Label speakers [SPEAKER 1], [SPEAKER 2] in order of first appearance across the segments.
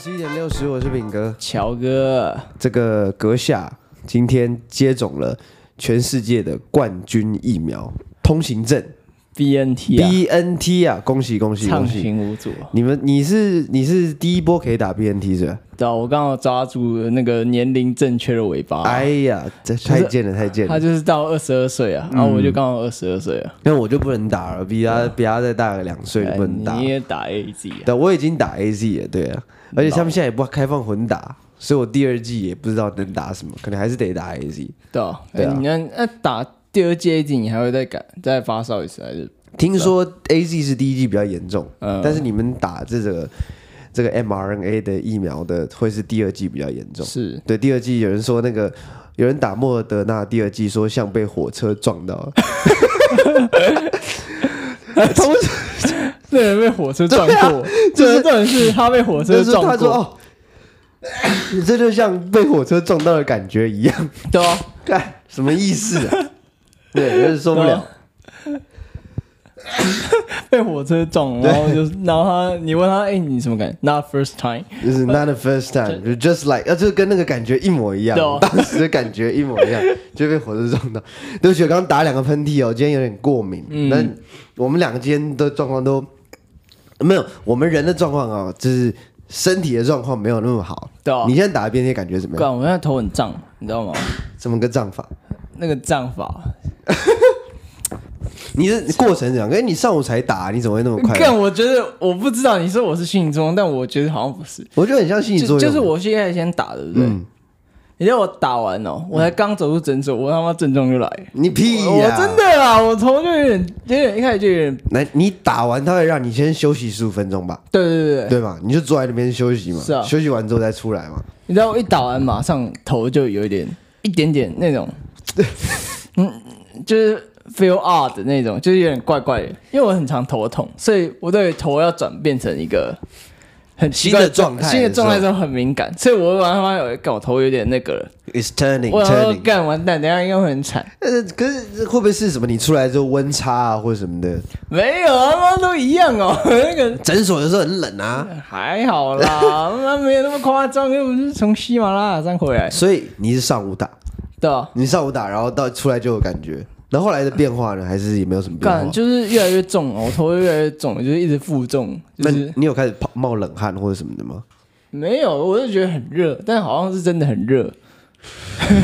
[SPEAKER 1] 十一点六十，我是炳哥。
[SPEAKER 2] 乔哥，
[SPEAKER 1] 这个阁下今天接种了全世界的冠军疫苗通行证
[SPEAKER 2] BNT 啊，
[SPEAKER 1] BNT 啊，恭喜恭喜
[SPEAKER 2] 畅
[SPEAKER 1] 恭喜！
[SPEAKER 2] 行无阻。
[SPEAKER 1] 你们你是你是第一波可以打 BNT 是吧？
[SPEAKER 2] 对啊，我刚好抓住那个年龄正确的尾巴，
[SPEAKER 1] 哎呀，这太贱了太贱
[SPEAKER 2] 啊他
[SPEAKER 1] 了！
[SPEAKER 2] 就是到二十二岁
[SPEAKER 1] 嗯
[SPEAKER 2] 啊，然后我就刚好二十二岁啊。
[SPEAKER 1] 那我就不能打了，比他比他再大个两岁
[SPEAKER 2] 哎
[SPEAKER 1] 不能打。
[SPEAKER 2] 你也打 AZ 啊？
[SPEAKER 1] 但我已经打 AZ 了，对啊，而且他们现在也不开放混打，所以我第二季也不知道能打什么，可能还是得打 AZ。
[SPEAKER 2] 对啊，
[SPEAKER 1] 对啊
[SPEAKER 2] 哎你那那打第二季 AZ，你还会再感再发烧一次还是？
[SPEAKER 1] 听说 A Z 是第一季比较严重，
[SPEAKER 2] 嗯
[SPEAKER 1] 但是你们打这个这个 mRNA 的疫苗的会是第二季比较严重。
[SPEAKER 2] 是
[SPEAKER 1] 对，第二季有人说那个有人打莫德纳第二季说像被火车撞到 了，同时
[SPEAKER 2] 那
[SPEAKER 1] 啊
[SPEAKER 2] 人被火车撞过，
[SPEAKER 1] 就是
[SPEAKER 2] 这重点啊是他被火车
[SPEAKER 1] 就是
[SPEAKER 2] 撞
[SPEAKER 1] 他说
[SPEAKER 2] 过，
[SPEAKER 1] 哦，这就像被火车撞到的感觉一样，
[SPEAKER 2] 对啊，
[SPEAKER 1] 看什么意思 啊？对，有点受不
[SPEAKER 2] 对
[SPEAKER 1] 了
[SPEAKER 2] 啊。被火车撞，然后就然后他你问他，哎，你什么感觉？Not first time。
[SPEAKER 1] 就是 not the first time，就 just like，啊，这个跟那个感觉一模一样
[SPEAKER 2] 对哦，
[SPEAKER 1] 当时的感觉一模一 样，就被火车撞到。对不起，我刚刚打两个喷嚏哦，今天有点过敏。嗯，但我们两个今天的状况都没有，我们人的状况啊、就是身体的状况没有那么好。
[SPEAKER 2] 对哦
[SPEAKER 1] 你现在打的边贴感觉怎么样？
[SPEAKER 2] 干，我现在头很胀，你知道吗？
[SPEAKER 1] 怎么个胀法？
[SPEAKER 2] 那个胀法，
[SPEAKER 1] 你的过程怎样？哎，你上午才打，你怎么会那么快？
[SPEAKER 2] 干，我觉得我不知道你说我是心理作用，但我觉得好像不是，
[SPEAKER 1] 我就很像心理作用，
[SPEAKER 2] 就
[SPEAKER 1] 嗯
[SPEAKER 2] 就是我现在先打的，对不对？你知道我打完哦，我才刚走出诊所，我他妈症状就来了。
[SPEAKER 1] 你屁哎呀、
[SPEAKER 2] 我真的啊，我头就有点，有点一开始就有点，
[SPEAKER 1] 来，你打完他会让你先休息十五分钟吧，
[SPEAKER 2] 对对对对，
[SPEAKER 1] 对吧？你就坐在那边休息嘛，
[SPEAKER 2] 是啊
[SPEAKER 1] 休息完之后再出来嘛。
[SPEAKER 2] 你知道我一打完马上头就有一点，一点点那种， 嗯，就是 feel odd 的那种，就是有点怪怪的，因为我很常头痛，所以我对头要转变成一个很奇怪
[SPEAKER 1] 新的状态
[SPEAKER 2] 新的状态
[SPEAKER 1] 的
[SPEAKER 2] 之后很敏感，所以我晚上有搞头有点那个了，
[SPEAKER 1] It's turning
[SPEAKER 2] 我想说
[SPEAKER 1] turning。
[SPEAKER 2] 干完蛋，等一下应该会很惨，
[SPEAKER 1] 但是可是这会不会是什么？你出来之后温差啊，或者什么的？
[SPEAKER 2] 没有啊，妈都一样哦， 那个
[SPEAKER 1] 诊所有时候很冷啊，
[SPEAKER 2] 还好啦， 妈没有那么夸张，因为我是从喜马拉雅山回来，
[SPEAKER 1] 所以你是上午打，
[SPEAKER 2] 对啊。
[SPEAKER 1] 你上午打，然后到出来就有感觉。然后后来的变化呢，还是也没有什么变
[SPEAKER 2] 干
[SPEAKER 1] 化。
[SPEAKER 2] 就是越来越重哦，我头越来越重，就是一直负重，就
[SPEAKER 1] 那
[SPEAKER 2] 是
[SPEAKER 1] 你有开始跑冒冷汗或者什么的 吗？
[SPEAKER 2] 没有，我就觉得很热，但好像是真的很热，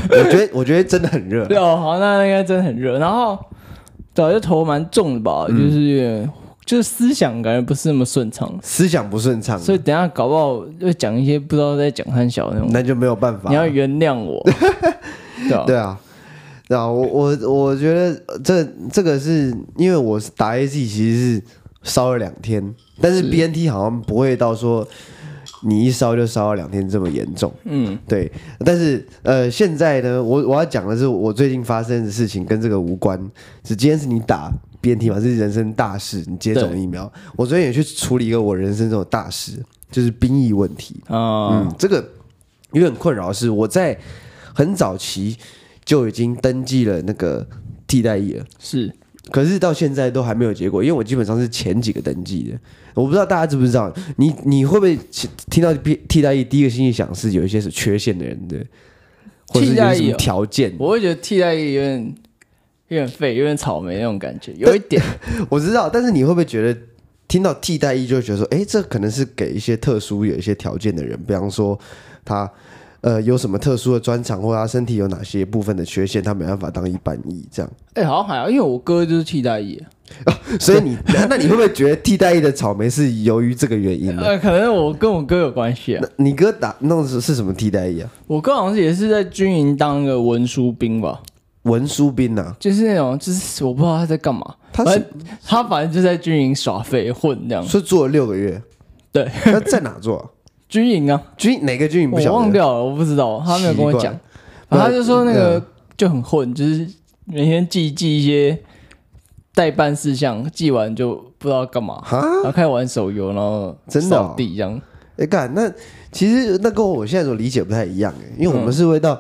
[SPEAKER 1] 我觉得，我觉得真的很热啊
[SPEAKER 2] 对。哦，好，那应该真的很热。然后，对啊，就头蛮重的吧，
[SPEAKER 1] 嗯
[SPEAKER 2] 就是有点就是思想感觉不是那么顺畅，
[SPEAKER 1] 思想不顺畅，啊
[SPEAKER 2] 所以等一下搞不好就讲一些不知道在讲三小那种，
[SPEAKER 1] 那就没有办法啊
[SPEAKER 2] 你。要原 谅我，对啊
[SPEAKER 1] 对啊，对啊，我我我觉得呃这这个是因为我是打 A Z 其实是烧了两天，但是 B N T 好像不会到说你一烧就烧了两天这么严重。
[SPEAKER 2] 嗯，
[SPEAKER 1] 对，但是呃，现在呢，我我要讲的是我最近发生的事情跟这个无关，只今天是你打 B N T 嘛，这是人生大事，你接种
[SPEAKER 2] 对
[SPEAKER 1] 疫苗。我昨天也去处理一个我人生中的大事，就是兵役问题。
[SPEAKER 2] 啊，
[SPEAKER 1] 嗯，这个有点困扰，是我在很早期就已经登记了那个替代役了，
[SPEAKER 2] 是
[SPEAKER 1] 可是到现在都还没有结果，因为我基本上是前几个登记的，我不知道大家知不知道，你你会不会其听到替替代役第一个心里想是有一些是缺陷的人的，或者是
[SPEAKER 2] 替
[SPEAKER 1] 有
[SPEAKER 2] 代役
[SPEAKER 1] 什么
[SPEAKER 2] 哦
[SPEAKER 1] 条件？
[SPEAKER 2] 我会觉得替代役有点有点废，有点草莓那种感觉，有一点，
[SPEAKER 1] 我知道，但是你会不会觉得听到替代役就会觉得说，哎，这可能是给一些特殊有一些条件的人，比方说他呃有什么特殊的专长，或者他身体有哪些部分的缺陷，他没办法当一般役 这样。
[SPEAKER 2] 哎，好像还好，因为我哥就是替代役，
[SPEAKER 1] 所以你那那你会不会觉得替代役的草莓是由于这个原因呢？
[SPEAKER 2] 呃，可能我跟我哥有关系啊。
[SPEAKER 1] 那你哥打弄是是什么替代役啊？
[SPEAKER 2] 我哥好像是也是在军营当个文书兵吧，
[SPEAKER 1] 文书兵啊，
[SPEAKER 2] 就是那种，就是我不知道他在干嘛，
[SPEAKER 1] 他
[SPEAKER 2] 反
[SPEAKER 1] 是
[SPEAKER 2] 正他反正就在军营耍废混这样。
[SPEAKER 1] 说做了六个月，
[SPEAKER 2] 对，
[SPEAKER 1] 那在哪做啊、
[SPEAKER 2] 军营啊，
[SPEAKER 1] 军哪个军营不
[SPEAKER 2] 我
[SPEAKER 1] 晓得？
[SPEAKER 2] 忘掉了，我不知道，他没有跟我
[SPEAKER 1] 奇
[SPEAKER 2] 讲
[SPEAKER 1] 怪，
[SPEAKER 2] 反正他就说那
[SPEAKER 1] 嗯
[SPEAKER 2] 个就很混，就是每天记记一些代办事项，记完就不知道干嘛，
[SPEAKER 1] 哈，
[SPEAKER 2] 然后开始玩手游，然后
[SPEAKER 1] 啊真的哦
[SPEAKER 2] 扫地这样。
[SPEAKER 1] 哎、干，那其实那跟我现在所理解不太一样哎，因为我
[SPEAKER 2] 嗯
[SPEAKER 1] 们是会到、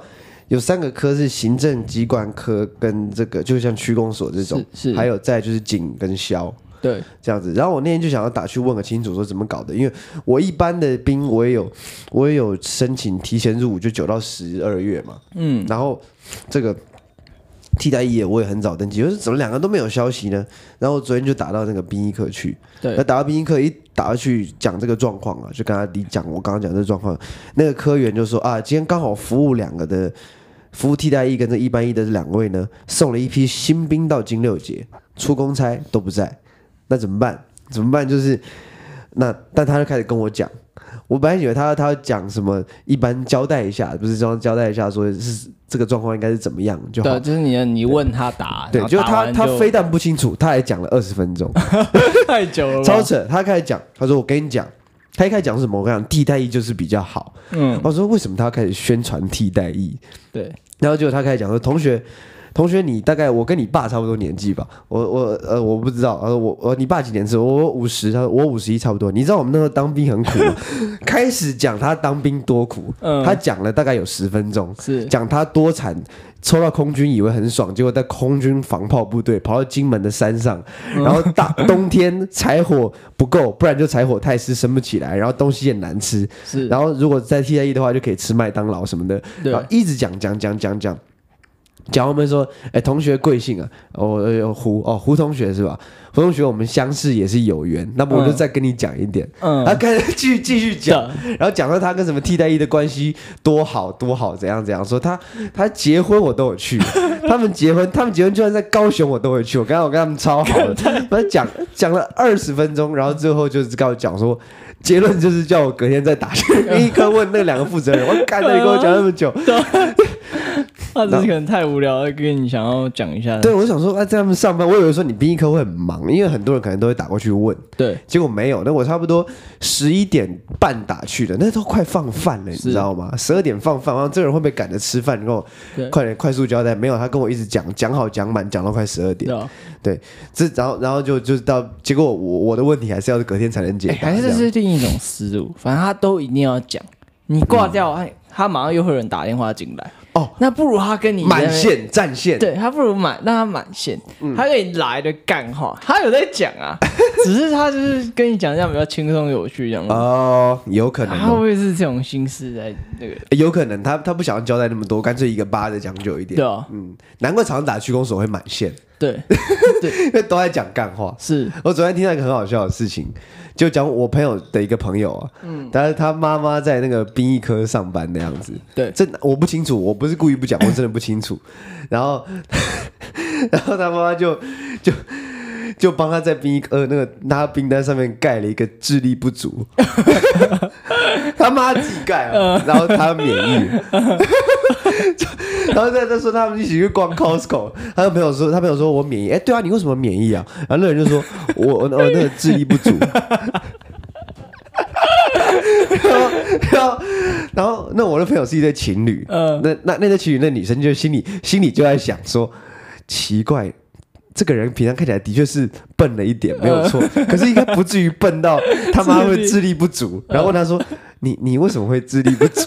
[SPEAKER 1] 有三个科是行政机关科跟这个，就像区公所这种，
[SPEAKER 2] 是是
[SPEAKER 1] 还有再就是警跟消，
[SPEAKER 2] 对，
[SPEAKER 1] 这样子。然后我那天就想要打去问个清楚，说怎么搞的，因为我一般的兵我也有我也有申请提前入伍，就九到十二月嘛，嗯，然后这个。替代役也我也很早登记，就是怎么两个都没有消息呢？然后我昨天就打到那个兵役课去，
[SPEAKER 2] 对
[SPEAKER 1] 那打到兵役课一打过去讲这个状况啊，就跟他你讲我刚刚讲这个状况，那个科员就说啊，今天刚好服务两个的服务替代役跟这一般役的这两位呢，送了一批新兵到金六节出公差都不在，那怎么办？怎么办？就是那，但他就开始跟我讲，我本来以为他他要讲什么一般交代一下，不是这样交代一下，说是这个状况应该是怎么样就好
[SPEAKER 2] 对，。就是你的你问他答，
[SPEAKER 1] 对，
[SPEAKER 2] 然后
[SPEAKER 1] 就
[SPEAKER 2] 答
[SPEAKER 1] 他
[SPEAKER 2] 完
[SPEAKER 1] 他
[SPEAKER 2] 就
[SPEAKER 1] 非但不清楚，他还讲了二十分钟，
[SPEAKER 2] 太久了吧，
[SPEAKER 1] 超扯。他开始讲，他说：“我跟你讲，他一开始讲是什么？我跟你讲，替代役就是比较好。”
[SPEAKER 2] 嗯，
[SPEAKER 1] 我说：“为什么他要开始宣传替代役？”
[SPEAKER 2] 对，
[SPEAKER 1] 然后结果他开始讲说：“同学，同学，你大概我跟你爸差不多年纪吧？我我呃我不知道，呃我我你爸几年次？我五十，他说我五十一差不多。你知道我们那时候当兵很苦 吗？开始讲他当兵多苦，
[SPEAKER 2] 嗯
[SPEAKER 1] 他讲了大概有十分钟，
[SPEAKER 2] 是
[SPEAKER 1] 讲他多惨，抽到空军以为很爽，结果在空军防炮部队跑到金门的山上，然后大冬天柴火不够，不然就柴火太湿升不起来，然后东西也难吃，
[SPEAKER 2] 是，
[SPEAKER 1] 然后如果在 T I E 的话，就可以吃麦当劳什么的，
[SPEAKER 2] 对
[SPEAKER 1] 然后一直讲讲讲讲讲。讲我们说，哎，同学贵姓啊？哦，呃胡哦，胡同学是吧？胡同学，我们相识也是有缘。那么我就
[SPEAKER 2] 嗯
[SPEAKER 1] 再跟你讲一点，
[SPEAKER 2] 嗯
[SPEAKER 1] 他开始 继续继续讲， 然后讲到他跟什么替代役的关系多好多好，怎样怎样，说他他结婚我都有去，他们结婚，他们结婚就算在高雄我都会去，我刚刚我跟他们超好的，反正讲讲了二十分钟，然后最后就是跟我讲说，结论就是叫我隔天再打去立刻问那两个负责人，我干了，你跟我讲那么久，
[SPEAKER 2] 他只是可能太无聊了，跟你想要讲一下，
[SPEAKER 1] 对我想说啊，在他们上班，我以为说你兵役科会很忙，因为很多人可能都会打过去问，
[SPEAKER 2] 对
[SPEAKER 1] 结果没有，那我差不多十一点半打去的，那都快放饭了，你知道吗？十二点放饭，然后这个人会不会赶着吃饭？你跟我
[SPEAKER 2] 对
[SPEAKER 1] 快点快速交代，没有，他跟我一直讲，讲好讲满，讲到快十二点
[SPEAKER 2] 对。啊，
[SPEAKER 1] 对，这然后然后就就到结果我我的问题还是要隔天才能解
[SPEAKER 2] 哎，
[SPEAKER 1] 答，
[SPEAKER 2] 还
[SPEAKER 1] 这
[SPEAKER 2] 是这
[SPEAKER 1] 样
[SPEAKER 2] 是另一种思路，反正他都一定要讲，你挂掉，哎，他马上又会有人打电话进来，
[SPEAKER 1] 哦，
[SPEAKER 2] 那不如他跟你在那
[SPEAKER 1] 满
[SPEAKER 2] 边
[SPEAKER 1] 线嗯战线，
[SPEAKER 2] 对他不如满让他满线，他给你来的干话，他有在讲 啊，只是他就是跟你讲这样比较轻松有趣这样。
[SPEAKER 1] 哦，有可能
[SPEAKER 2] 他会
[SPEAKER 1] 哦、
[SPEAKER 2] 不
[SPEAKER 1] 哎
[SPEAKER 2] 会是这种心思在那个？
[SPEAKER 1] 有可能他他不想要交代那么多，干脆一个八的讲久一点。
[SPEAKER 2] 对啊，
[SPEAKER 1] 嗯，难怪常常打区公所会满线，
[SPEAKER 2] 对，
[SPEAKER 1] 因为都在讲干话。
[SPEAKER 2] 是
[SPEAKER 1] 我昨天听到一个很好笑的事情，就讲我朋友的一个朋友啊，嗯，但是他妈妈在那个殡仪科上班那样子，
[SPEAKER 2] 对
[SPEAKER 1] 这我不清楚，我不是故意不讲，我真的不清楚。然后， 然后他妈妈就就就帮他在殡仪科那个他冰单上面盖了一个智力不足， 他妈自己盖啊，然后他免疫。然后在他说他们一起去逛 Costco，他的朋友说他朋友说我免疫，哎，对啊，你为什么免疫啊？然后那人就说我我我那个智力不足。 然后，然后，那我的朋友是一对情侣，
[SPEAKER 2] 嗯
[SPEAKER 1] 那那那对情侣，那女生就心里心里就在想说，奇怪，这个人平常看起来的确是笨了一点，没有错， 可是应该不至于笨到他妈会智力不足。然后问他说：“你你为什么会智力不足？”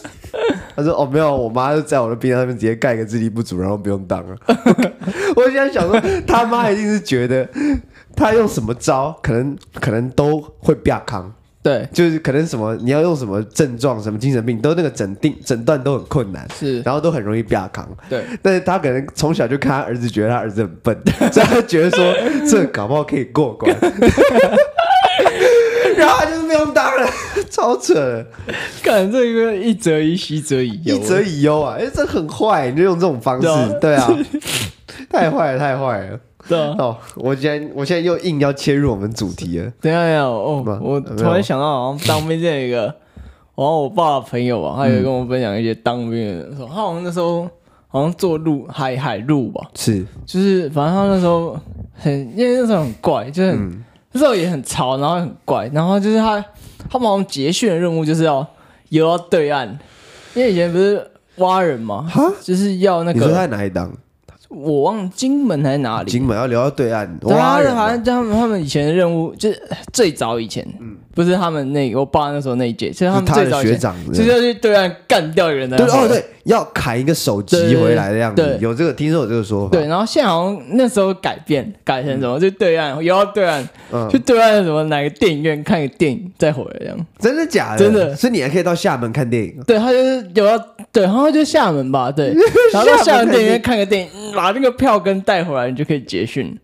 [SPEAKER 1] 他说：“哦，没有，我妈就在我的冰箱上面直接盖一个智力不足，然后不用当了。” 我现在想说，他妈一定是觉得他用什么招，可能可能都会被康。
[SPEAKER 2] 对，
[SPEAKER 1] 就是可能什么你要用什么症状、什么精神病，都那个诊定诊断都很困难，
[SPEAKER 2] 是
[SPEAKER 1] 然后都很容易被扛。
[SPEAKER 2] 对，
[SPEAKER 1] 但是他可能从小就看他儿子，觉得他儿子很笨，所以他觉得说这搞不好可以过关， 然后他就是不用当了，超扯的，
[SPEAKER 2] 干这个一则一，西则一，
[SPEAKER 1] 一则以忧啊！哎、这很坏，你就用这种方式，对啊，太坏了，太坏了。
[SPEAKER 2] 对啊。
[SPEAKER 1] 哦，我今天我现在又硬要切入我们主题了，
[SPEAKER 2] 等一下，等一下，哦
[SPEAKER 1] 什么，
[SPEAKER 2] 我
[SPEAKER 1] 没有
[SPEAKER 2] 突然想到，好像当兵这一个， 然后我爸的朋友吧，他有跟我分享一些当兵的时候，他好像那时候好像做陆海海陆吧，
[SPEAKER 1] 是
[SPEAKER 2] 就是反正他那时候很，因为那时候很怪，就是很、
[SPEAKER 1] 嗯
[SPEAKER 2] 那时候也很潮，然后很怪，然后就是他他们好像结训的任务就是要游到对岸，因为以前不是挖人嘛
[SPEAKER 1] 哈，
[SPEAKER 2] 就是要那
[SPEAKER 1] 你说他
[SPEAKER 2] 个
[SPEAKER 1] 在哪里当？
[SPEAKER 2] 我忘金门还是哪里，
[SPEAKER 1] 金门要流到对岸，
[SPEAKER 2] 对
[SPEAKER 1] 哇，
[SPEAKER 2] 啊，
[SPEAKER 1] 人啊
[SPEAKER 2] 反正他们他们以前的任务就是最早以前，不是他们那个我爸那时候那一届，其实
[SPEAKER 1] 嗯是
[SPEAKER 2] 们
[SPEAKER 1] 他
[SPEAKER 2] 最
[SPEAKER 1] 的
[SPEAKER 2] 早以
[SPEAKER 1] 学
[SPEAKER 2] 前
[SPEAKER 1] 长，
[SPEAKER 2] 就是要去对岸干掉一个人的，
[SPEAKER 1] 对哦，对，要砍一个手机回来的样
[SPEAKER 2] 对
[SPEAKER 1] 子
[SPEAKER 2] 对，对
[SPEAKER 1] 有这个听说有这个说法，
[SPEAKER 2] 对，然后现在好像那时候改变改成什么，就对岸，也要对岸，
[SPEAKER 1] 嗯
[SPEAKER 2] 去，对岸什么哪个电影院看个电影再回来这样。
[SPEAKER 1] 真的假的？
[SPEAKER 2] 真的
[SPEAKER 1] 所以你还可以到厦门看电影，
[SPEAKER 2] 对他就是有要对，然后就厦门吧， 对，
[SPEAKER 1] 嗯
[SPEAKER 2] 然后到厦门电影院看个电影，嗯把那个票根带回来，你就可以结训，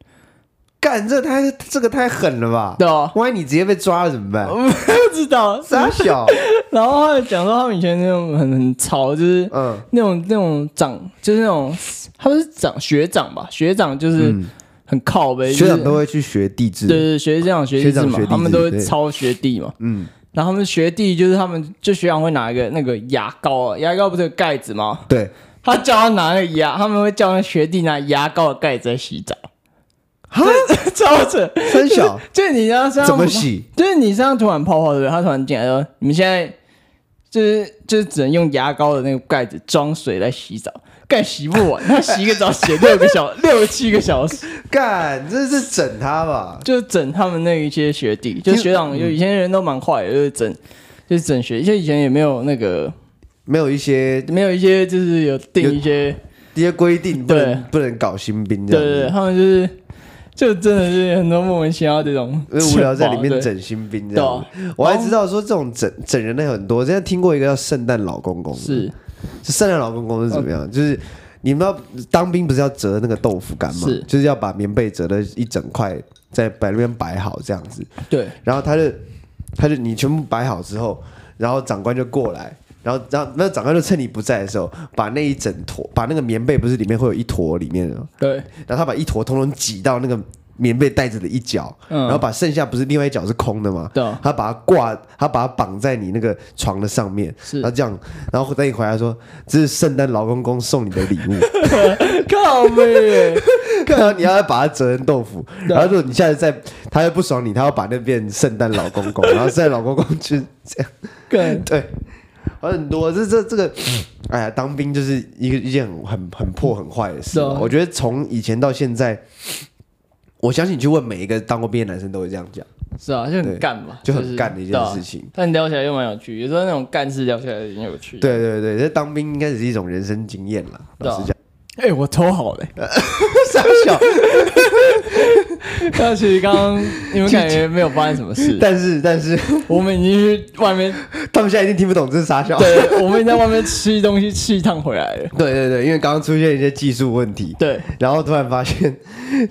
[SPEAKER 1] 干这太这个太狠了吧？
[SPEAKER 2] 对 吧？
[SPEAKER 1] 万一你直接被抓了怎么办？
[SPEAKER 2] 不知道，
[SPEAKER 1] 傻小，
[SPEAKER 2] 然后他就讲说他们以前那种很很潮，就是
[SPEAKER 1] 嗯，
[SPEAKER 2] 那种那种长，就是那种他们是长学长吧，学长就是
[SPEAKER 1] 嗯
[SPEAKER 2] 很靠呗，
[SPEAKER 1] 学
[SPEAKER 2] 就是
[SPEAKER 1] 长都会去学地质，
[SPEAKER 2] 对对学长学弟制
[SPEAKER 1] 学长
[SPEAKER 2] 嘛
[SPEAKER 1] 学弟，制
[SPEAKER 2] 他们都会
[SPEAKER 1] 对
[SPEAKER 2] 抄学弟嘛，
[SPEAKER 1] 嗯，
[SPEAKER 2] 然后他们学弟就是他们就学长会拿一个那个牙膏啊，牙膏不是有盖子吗？
[SPEAKER 1] 对，
[SPEAKER 2] 他叫他拿那个牙，他们会叫那学弟拿牙膏的盖子在洗澡，
[SPEAKER 1] 哈，
[SPEAKER 2] 超扯！
[SPEAKER 1] 三 小
[SPEAKER 2] 就是你要身上
[SPEAKER 1] 怎么洗？
[SPEAKER 2] 就是你身上涂满泡泡对不对？他突然进来说：“你们现在就是就是只能用牙膏的那个盖子装水来洗澡，盖洗不完，他洗个澡 洗六个小六七个小时，
[SPEAKER 1] 干，这是整他吧？
[SPEAKER 2] 就整他们那一些学 弟，就学长，就以前人都蛮坏的，就是整就是整学，就以前也没有那个
[SPEAKER 1] 没有一些
[SPEAKER 2] 没有一些就是有定一些，
[SPEAKER 1] 一些规定，不能
[SPEAKER 2] 对
[SPEAKER 1] 不能搞新兵这
[SPEAKER 2] 对
[SPEAKER 1] 样
[SPEAKER 2] 对对，
[SPEAKER 1] 子，
[SPEAKER 2] 他们就是就真的是很多莫名其妙这种
[SPEAKER 1] 因为无聊在里
[SPEAKER 2] 对
[SPEAKER 1] 面整新兵这样
[SPEAKER 2] 啊
[SPEAKER 1] 子。我还知道说这种整整人的很多，之前听过一个叫圣诞老公公，
[SPEAKER 2] 是嗯
[SPEAKER 1] 就圣诞老公公是怎么样？就是你们要当兵不是要折那个豆腐干吗
[SPEAKER 2] 是？
[SPEAKER 1] 就是要把棉被折的一整块在摆那边摆好这样子，
[SPEAKER 2] 对
[SPEAKER 1] 然后他就他就你全部摆好之后，然后长官就过来。然后，然后那长官就趁你不在的时候，把那一整坨，把那个棉被不是里面会有一坨里面的吗，
[SPEAKER 2] 对
[SPEAKER 1] 然后他把一坨通通挤到那个棉被袋子的一角，
[SPEAKER 2] 嗯
[SPEAKER 1] 然后把剩下不是另外一角是空的吗？
[SPEAKER 2] 对
[SPEAKER 1] 他把它挂，他把它绑在你那个床的上面，
[SPEAKER 2] 是
[SPEAKER 1] 然后这样，然后等你回来说，这是圣诞老公公送你的礼 物，
[SPEAKER 2] 靠背。
[SPEAKER 1] 然后你要把它折成豆腐，
[SPEAKER 2] 对
[SPEAKER 1] 然后如果你下次再，他又不爽你，他要把那变成圣诞老公公，然后圣诞老公公就这样，
[SPEAKER 2] 对
[SPEAKER 1] 对，有很多，这这这个，哎呀，当兵就是一个一件很很很破很坏的事嘛
[SPEAKER 2] 是啊
[SPEAKER 1] 我觉得从以前到现在，我相信你去问每一个当过兵的男生都会这样讲，
[SPEAKER 2] 是啊，就
[SPEAKER 1] 对
[SPEAKER 2] 很干嘛，
[SPEAKER 1] 就很
[SPEAKER 2] 是
[SPEAKER 1] 干的一件
[SPEAKER 2] 对啊
[SPEAKER 1] 事情
[SPEAKER 2] 但聊起来又蛮有趣，有时候那种干事聊起来很有趣。，
[SPEAKER 1] 对对对，这当兵应该只是一种人生经验啦，
[SPEAKER 2] 对啊
[SPEAKER 1] 老实讲，
[SPEAKER 2] 哎、我头好嘞。
[SPEAKER 1] 傻笑，
[SPEAKER 2] 那其实刚刚你们感觉没有发生什么事，
[SPEAKER 1] 但是但是
[SPEAKER 2] 我们已经去 外面，
[SPEAKER 1] 他们现在一定听不懂这是傻笑，
[SPEAKER 2] 对，我们已经在外面吃东西吃一趟回来了。
[SPEAKER 1] 对对对，因为刚刚出现一些技术问题，
[SPEAKER 2] 对，
[SPEAKER 1] 然后突然发现，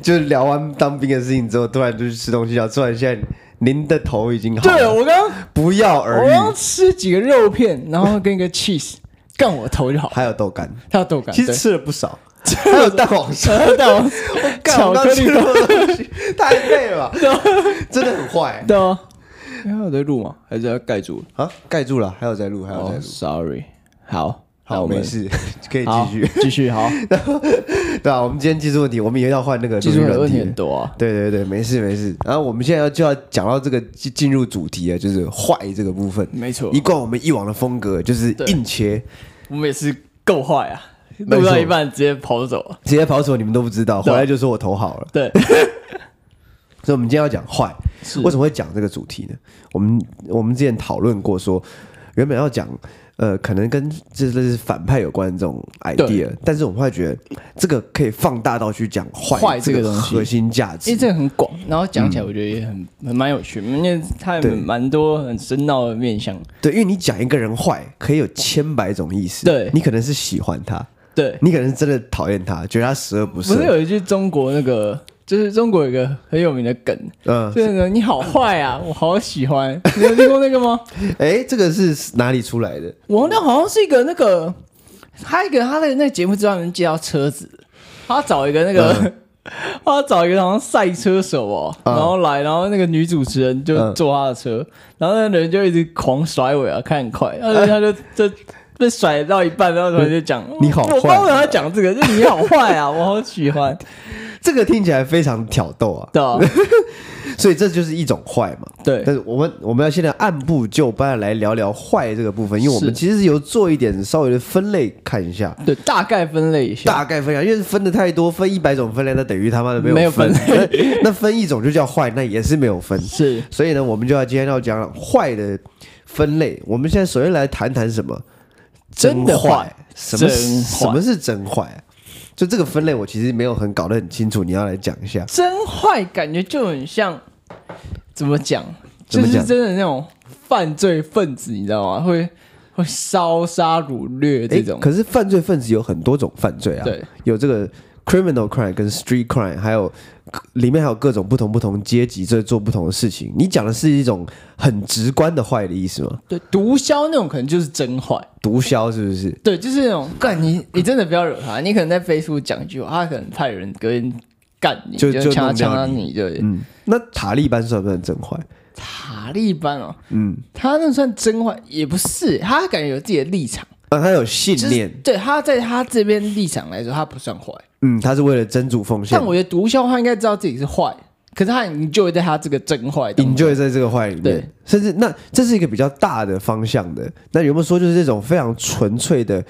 [SPEAKER 1] 就是聊完当兵的事情之后，突然就去吃东西了。突然现在您的头已经好
[SPEAKER 2] 对
[SPEAKER 1] 了，
[SPEAKER 2] 我刚
[SPEAKER 1] 不药
[SPEAKER 2] 我
[SPEAKER 1] 而
[SPEAKER 2] 刚
[SPEAKER 1] 愈，
[SPEAKER 2] 吃几个肉片，然后跟一个 cheese，干我头就好，
[SPEAKER 1] 还有豆干，
[SPEAKER 2] 还有豆干，
[SPEAKER 1] 其实 吃了不少， 还有蛋黄 酥，
[SPEAKER 2] 对还有
[SPEAKER 1] 干我
[SPEAKER 2] 巧
[SPEAKER 1] 刚
[SPEAKER 2] 克力
[SPEAKER 1] 吃了东西，太累 了吧，真的很坏
[SPEAKER 2] 的。哦
[SPEAKER 1] 哎
[SPEAKER 2] 还有在录吗？还是要盖住了？
[SPEAKER 1] 啊！盖住了，还有在录，还有在
[SPEAKER 2] 哦
[SPEAKER 1] 录，
[SPEAKER 2] ，sorry，好，那
[SPEAKER 1] 好，
[SPEAKER 2] 我
[SPEAKER 1] 没
[SPEAKER 2] 们
[SPEAKER 1] 事，可以
[SPEAKER 2] 好
[SPEAKER 1] 继续。
[SPEAKER 2] 继续好，
[SPEAKER 1] 对啊，我们今天技术问题，我们也要换那个
[SPEAKER 2] 技
[SPEAKER 1] 录
[SPEAKER 2] 术
[SPEAKER 1] 音软
[SPEAKER 2] 问题
[SPEAKER 1] 体
[SPEAKER 2] 很多啊。
[SPEAKER 1] 对对对，没事没事。然后我们现在要就要讲到这个进进入主题啊，就是坏这个部分。
[SPEAKER 2] 没错
[SPEAKER 1] 一贯我们以往的风格就是
[SPEAKER 2] 对
[SPEAKER 1] 硬切，
[SPEAKER 2] 我们也是够坏啊，
[SPEAKER 1] 没错
[SPEAKER 2] 录到一半直接跑走了。
[SPEAKER 1] 直接跑走，你们都不知道，回来就说我头好了。
[SPEAKER 2] 对，
[SPEAKER 1] 所以我们今天要讲坏，
[SPEAKER 2] 是
[SPEAKER 1] 为什么会讲这个主题呢？我们我们之前讨论过说，原本要讲。呃，可能跟这这是反派有关的这种 idea，但是我们会觉得这个可以放大到去讲坏
[SPEAKER 2] 坏这个
[SPEAKER 1] 个
[SPEAKER 2] 东西
[SPEAKER 1] 核心价值
[SPEAKER 2] 因为。这个很广，然后讲起来我觉得也很 很蛮有趣，因为它有
[SPEAKER 1] 对
[SPEAKER 2] 蛮多很深奥的面向。
[SPEAKER 1] 对，因为你讲一个人坏，可以有千百种意思。
[SPEAKER 2] 对
[SPEAKER 1] 你可能是喜欢他，
[SPEAKER 2] 对，
[SPEAKER 1] 你可能是真的讨厌他，觉得他十恶不
[SPEAKER 2] 不是
[SPEAKER 1] 赦。
[SPEAKER 2] 有一句中国那个，就是中国有一个很有名的梗，
[SPEAKER 1] 嗯，
[SPEAKER 2] 就是呢你好坏啊，我好喜欢。你有听过那个吗？
[SPEAKER 1] 哎，这个是哪里出来的？
[SPEAKER 2] 王亮好像是一个那个，他一个他的那个节目专门介绍车子，他找一个那个， 他找一个好像赛车手哦，
[SPEAKER 1] 嗯
[SPEAKER 2] 然后来，然后那个女主持人就
[SPEAKER 1] 嗯
[SPEAKER 2] 坐他的车，然后那人就一直狂甩尾啊，看很快，然
[SPEAKER 1] 哎
[SPEAKER 2] 后他就 就。被甩到一半，然后他就讲：“
[SPEAKER 1] 你好坏啊
[SPEAKER 2] 我帮他讲这个，就 你好坏啊，我好喜欢。。
[SPEAKER 1] 这个听起来非常挑逗啊
[SPEAKER 2] 对啊，
[SPEAKER 1] 所以这就是一种坏嘛。
[SPEAKER 2] 对
[SPEAKER 1] 但是我们我们要现在按部就班地来聊聊坏这个部分，因为我们
[SPEAKER 2] 是
[SPEAKER 1] 其实是有做一点稍微的分类看一下，
[SPEAKER 2] 对，大概分类一下，
[SPEAKER 1] 大概分享，因为分的太多，分一百种分类，那等于他妈的
[SPEAKER 2] 没
[SPEAKER 1] 有
[SPEAKER 2] 有
[SPEAKER 1] 分
[SPEAKER 2] 分。
[SPEAKER 1] 那那分一种就叫坏，那也是没有分。
[SPEAKER 2] 是
[SPEAKER 1] 所以呢，我们就要今天要讲坏的分类。我们现在首先来谈谈什么
[SPEAKER 2] 真的
[SPEAKER 1] 坏
[SPEAKER 2] 坏，
[SPEAKER 1] 什么
[SPEAKER 2] 真坏
[SPEAKER 1] 什么是真坏啊？就这个分类，我其实没有很搞得很清楚，你要来讲一下。
[SPEAKER 2] 真坏，感觉就很像怎么讲，
[SPEAKER 1] 怎
[SPEAKER 2] 就
[SPEAKER 1] 么讲
[SPEAKER 2] 是真的那种犯罪分子，你知道吗？会会烧杀掳掠
[SPEAKER 1] 诶
[SPEAKER 2] 这种，
[SPEAKER 1] 哎可是犯罪分子有很多种犯罪啊，
[SPEAKER 2] 对，
[SPEAKER 1] 有这个 criminal crime 跟 street crime，还有里面还有各种不同不同阶级在做不同的事情。你讲的是一种很直观的坏的意思吗？
[SPEAKER 2] 对毒枭那种可能就是真坏。
[SPEAKER 1] 毒枭是不是？
[SPEAKER 2] 对，就是那种干你，你真的不要惹他。你可能在 Facebook 讲一句话，他可能派人隔天干你，
[SPEAKER 1] 就就
[SPEAKER 2] 掐
[SPEAKER 1] 弄掉
[SPEAKER 2] 枪到
[SPEAKER 1] 你
[SPEAKER 2] 你。对，
[SPEAKER 1] 嗯，那塔利班算不算真坏？
[SPEAKER 2] 塔利班哦，
[SPEAKER 1] 嗯，
[SPEAKER 2] 他那算真坏也不是，他感觉有自己的立场，
[SPEAKER 1] 啊，他有信
[SPEAKER 2] 就是
[SPEAKER 1] 念，
[SPEAKER 2] 对他在他这边立场来说，他不算坏。
[SPEAKER 1] 嗯，他是为了真主奉献
[SPEAKER 2] 但我觉得毒枭他应该知道自己是坏，可是他 enjoy 在他这个真坏当中
[SPEAKER 1] ，enjoy 在这个坏里
[SPEAKER 2] 对
[SPEAKER 1] 面，甚至那这是一个比较大的方向的。那有没有说就是这种非常纯粹的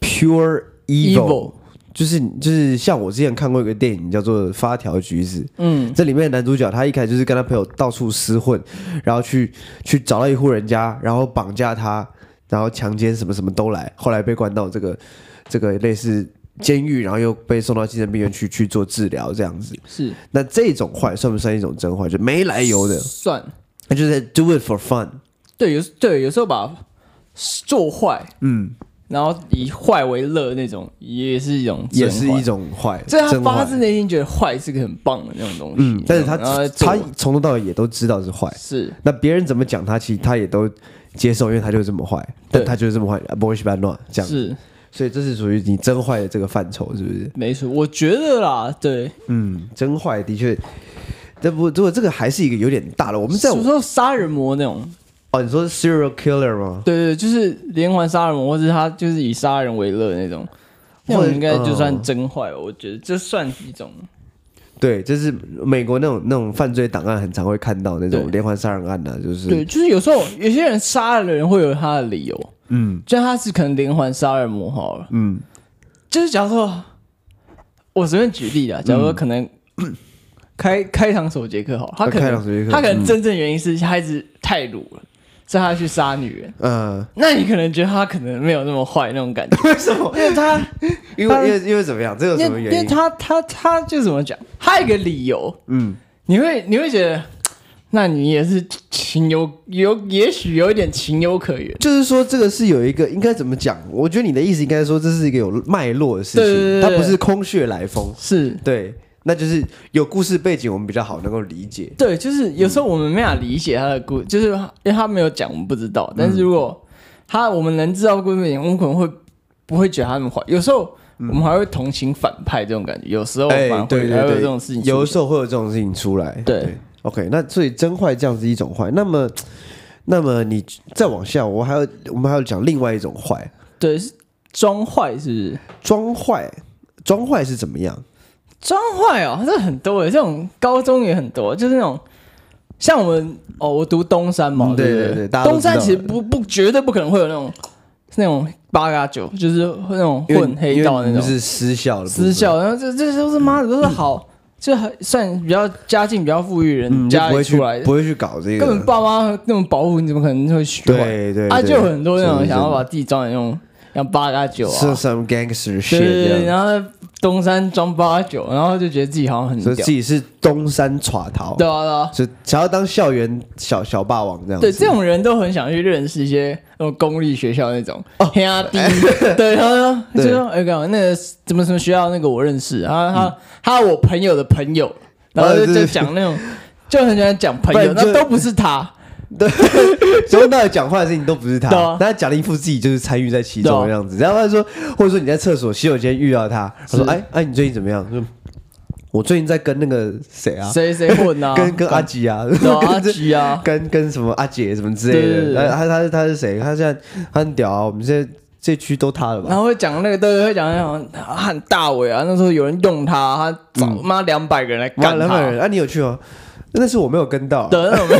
[SPEAKER 1] pure evil？
[SPEAKER 2] Evil
[SPEAKER 1] 就是就是像我之前看过一个电影叫做《发条橘子》，
[SPEAKER 2] 嗯，
[SPEAKER 1] 这里面的男主角他一开始就是跟他朋友到处厮混，然后去去找到一户人家，然后绑架他，然后强奸什么什么都来，后来被关到这个这个类似监狱，然后又被送到精神病院去去做治疗这样子。
[SPEAKER 2] 是
[SPEAKER 1] 那这种坏算不算一种真坏？就没来由的，
[SPEAKER 2] 算
[SPEAKER 1] 那就是在 do it for fun。
[SPEAKER 2] 对，有对有时候把做坏，
[SPEAKER 1] 嗯，
[SPEAKER 2] 然后以坏为乐那种，也是一种
[SPEAKER 1] 也是
[SPEAKER 2] 种。
[SPEAKER 1] 一种坏，
[SPEAKER 2] 所以他
[SPEAKER 1] 真
[SPEAKER 2] 发
[SPEAKER 1] 坏。
[SPEAKER 2] 自内心觉得坏是个很棒的那种东西。
[SPEAKER 1] 嗯，但是他
[SPEAKER 2] 然后做
[SPEAKER 1] 他从头到尾也都知道是坏，
[SPEAKER 2] 是
[SPEAKER 1] 那别人怎么讲他，其实他也都接受，因为他就是这么坏，但
[SPEAKER 2] 对
[SPEAKER 1] 他就是这么坏，啊不会去乱乱这样。
[SPEAKER 2] 是
[SPEAKER 1] 所以这是属于你真坏的这个范畴，是不是？
[SPEAKER 2] 没错，我觉得啦，对，
[SPEAKER 1] 嗯，真坏的确，这不如果这个还是一个有点大了。我们在
[SPEAKER 2] 什么时候杀人魔那种？
[SPEAKER 1] 哦，你说是 serial killer 吗？
[SPEAKER 2] 对对，就是连环杀人魔，或者他就是以杀人为乐那种，那
[SPEAKER 1] 或
[SPEAKER 2] 种
[SPEAKER 1] 者
[SPEAKER 2] 应该就算
[SPEAKER 1] 嗯
[SPEAKER 2] 真坏吧，我觉得这算一种
[SPEAKER 1] 对，就是美国那种那种犯罪档案很常会看到那种
[SPEAKER 2] 对
[SPEAKER 1] 连环杀人案呐、啊，就是
[SPEAKER 2] 对，就是有时候有些人杀了人会有他的理由，
[SPEAKER 1] 嗯
[SPEAKER 2] 就他是可能连环杀人魔好了，
[SPEAKER 1] 嗯
[SPEAKER 2] 就是假如说，我随便举例
[SPEAKER 1] 嗯
[SPEAKER 2] 啊啦，假如说 可能开开膛手杰克好了，他可
[SPEAKER 1] 开膛
[SPEAKER 2] 能
[SPEAKER 1] 手杰克
[SPEAKER 2] 他可能
[SPEAKER 1] 嗯
[SPEAKER 2] 真正原因是他一直太鲁了，所以他去杀女人。
[SPEAKER 1] 呃，
[SPEAKER 2] 那你可能觉得他可能没有那么坏那种感觉，
[SPEAKER 1] 为什么？
[SPEAKER 2] 因为他
[SPEAKER 1] 因
[SPEAKER 2] 他
[SPEAKER 1] 为因为因为怎么样？这有
[SPEAKER 2] 因
[SPEAKER 1] 什么
[SPEAKER 2] 为因
[SPEAKER 1] 原
[SPEAKER 2] 为
[SPEAKER 1] 因？
[SPEAKER 2] 他他他就怎么讲，他有一个理由，
[SPEAKER 1] 嗯，
[SPEAKER 2] 你会你会觉得，那你也是情有有也许有一点情有可原。
[SPEAKER 1] 就是说这个是有一个应该怎么讲？我觉得你的意思应该说这是一个有脉络的事情，
[SPEAKER 2] 对对对
[SPEAKER 1] 它
[SPEAKER 2] 对
[SPEAKER 1] 不是空穴来风。
[SPEAKER 2] 是
[SPEAKER 1] 对，那就是有故事背景，我们比较好能够理解。
[SPEAKER 2] 对，就是有时候我们没法理解他的故，就是因为他没有讲，我们不知道。但
[SPEAKER 1] 嗯
[SPEAKER 2] 是如果他我们能知道故事背景，我们可能会不会觉得他那么坏。有时候我们还会同情反派这种感觉，有时候反而会
[SPEAKER 1] 嗯哎对对
[SPEAKER 2] 还会有
[SPEAKER 1] 对，
[SPEAKER 2] 这种事情出现。
[SPEAKER 1] 有的时候会有这种事情出来。
[SPEAKER 2] 对
[SPEAKER 1] OK，那所以真坏这样是一种坏，那么。那么你再往下，我还要我们还要讲另外一种坏，
[SPEAKER 2] 对是装坏是不是？
[SPEAKER 1] 装坏，装坏是怎么样？
[SPEAKER 2] 装坏哦，这很多诶，这种高中也很多，就是那种像我们哦，我读东山嘛，
[SPEAKER 1] 嗯
[SPEAKER 2] 对
[SPEAKER 1] 对
[SPEAKER 2] 不
[SPEAKER 1] 对对大家都
[SPEAKER 2] 东山
[SPEAKER 1] 知道
[SPEAKER 2] 其实不不绝对不可能会有那种那种八嘎九，就是那种
[SPEAKER 1] 因为
[SPEAKER 2] 混黑道
[SPEAKER 1] 因为
[SPEAKER 2] 那
[SPEAKER 1] 你们
[SPEAKER 2] 种
[SPEAKER 1] 是私校的部分
[SPEAKER 2] 私，校，然后这这都是妈的都是好，这还算比较家境比较富裕人
[SPEAKER 1] 嗯，就
[SPEAKER 2] 家
[SPEAKER 1] 不
[SPEAKER 2] 里
[SPEAKER 1] 会去
[SPEAKER 2] 出来，
[SPEAKER 1] 不会去搞这个，
[SPEAKER 2] 根本爸妈那种保护，你怎么可能会学坏？
[SPEAKER 1] 对对
[SPEAKER 2] 啊，
[SPEAKER 1] 对
[SPEAKER 2] 就有很多那
[SPEAKER 1] 是
[SPEAKER 2] 种
[SPEAKER 1] 是
[SPEAKER 2] 想要把自己装的那种像八嘎九啊
[SPEAKER 1] 是，some gangster
[SPEAKER 2] 对
[SPEAKER 1] shit
[SPEAKER 2] 对
[SPEAKER 1] 这样，
[SPEAKER 2] 对，然后在东山装八嘎九，然后就觉得自己好像很
[SPEAKER 1] 所以
[SPEAKER 2] 屌
[SPEAKER 1] 自。己是东山耍逃，
[SPEAKER 2] 嗯对啊，对啊，
[SPEAKER 1] 所以想要当校园小小霸王这样子。
[SPEAKER 2] 对，这种人都很想去认识一些那种公立学校那种黑阿 弟，对，他说就
[SPEAKER 1] 哦对嗯
[SPEAKER 2] 说哎，干嘛那个怎么什么学校那个我认识，啊，他他我朋友的朋友，然后
[SPEAKER 1] 啊
[SPEAKER 2] 就
[SPEAKER 1] 对
[SPEAKER 2] 就讲那种，就很喜欢讲朋 友，
[SPEAKER 1] 不然就
[SPEAKER 2] 那都不是他，
[SPEAKER 1] 从头到尾讲话的事情都不是他
[SPEAKER 2] 对啊，
[SPEAKER 1] 但他讲了一副自己就是参与在其
[SPEAKER 2] 对
[SPEAKER 1] 中
[SPEAKER 2] 啊
[SPEAKER 1] 的样子。然后他说，或者说你在厕所洗手间遇到他，他说：“
[SPEAKER 2] 是
[SPEAKER 1] 哎哎，你最近怎么样？”就我最近在跟那个谁啊，
[SPEAKER 2] 谁谁混啊，
[SPEAKER 1] 跟跟阿吉啊，
[SPEAKER 2] 对啊 阿
[SPEAKER 1] 跟这
[SPEAKER 2] 吉啊，
[SPEAKER 1] 跟跟什么阿姐什么之类
[SPEAKER 2] 对对
[SPEAKER 1] 的。
[SPEAKER 2] 对
[SPEAKER 1] 然后他他他是谁？他现在他很屌啊，我们现在这区都他了吧
[SPEAKER 2] 然？后会讲那个，对，会讲那种他很大伟啊，那时候有人用他，他找妈两百个人来
[SPEAKER 1] 嗯妈
[SPEAKER 2] 干
[SPEAKER 1] 两百
[SPEAKER 2] 他，
[SPEAKER 1] 人，啊，你有去吗？那是我没有跟到啊、
[SPEAKER 2] 的 那种，对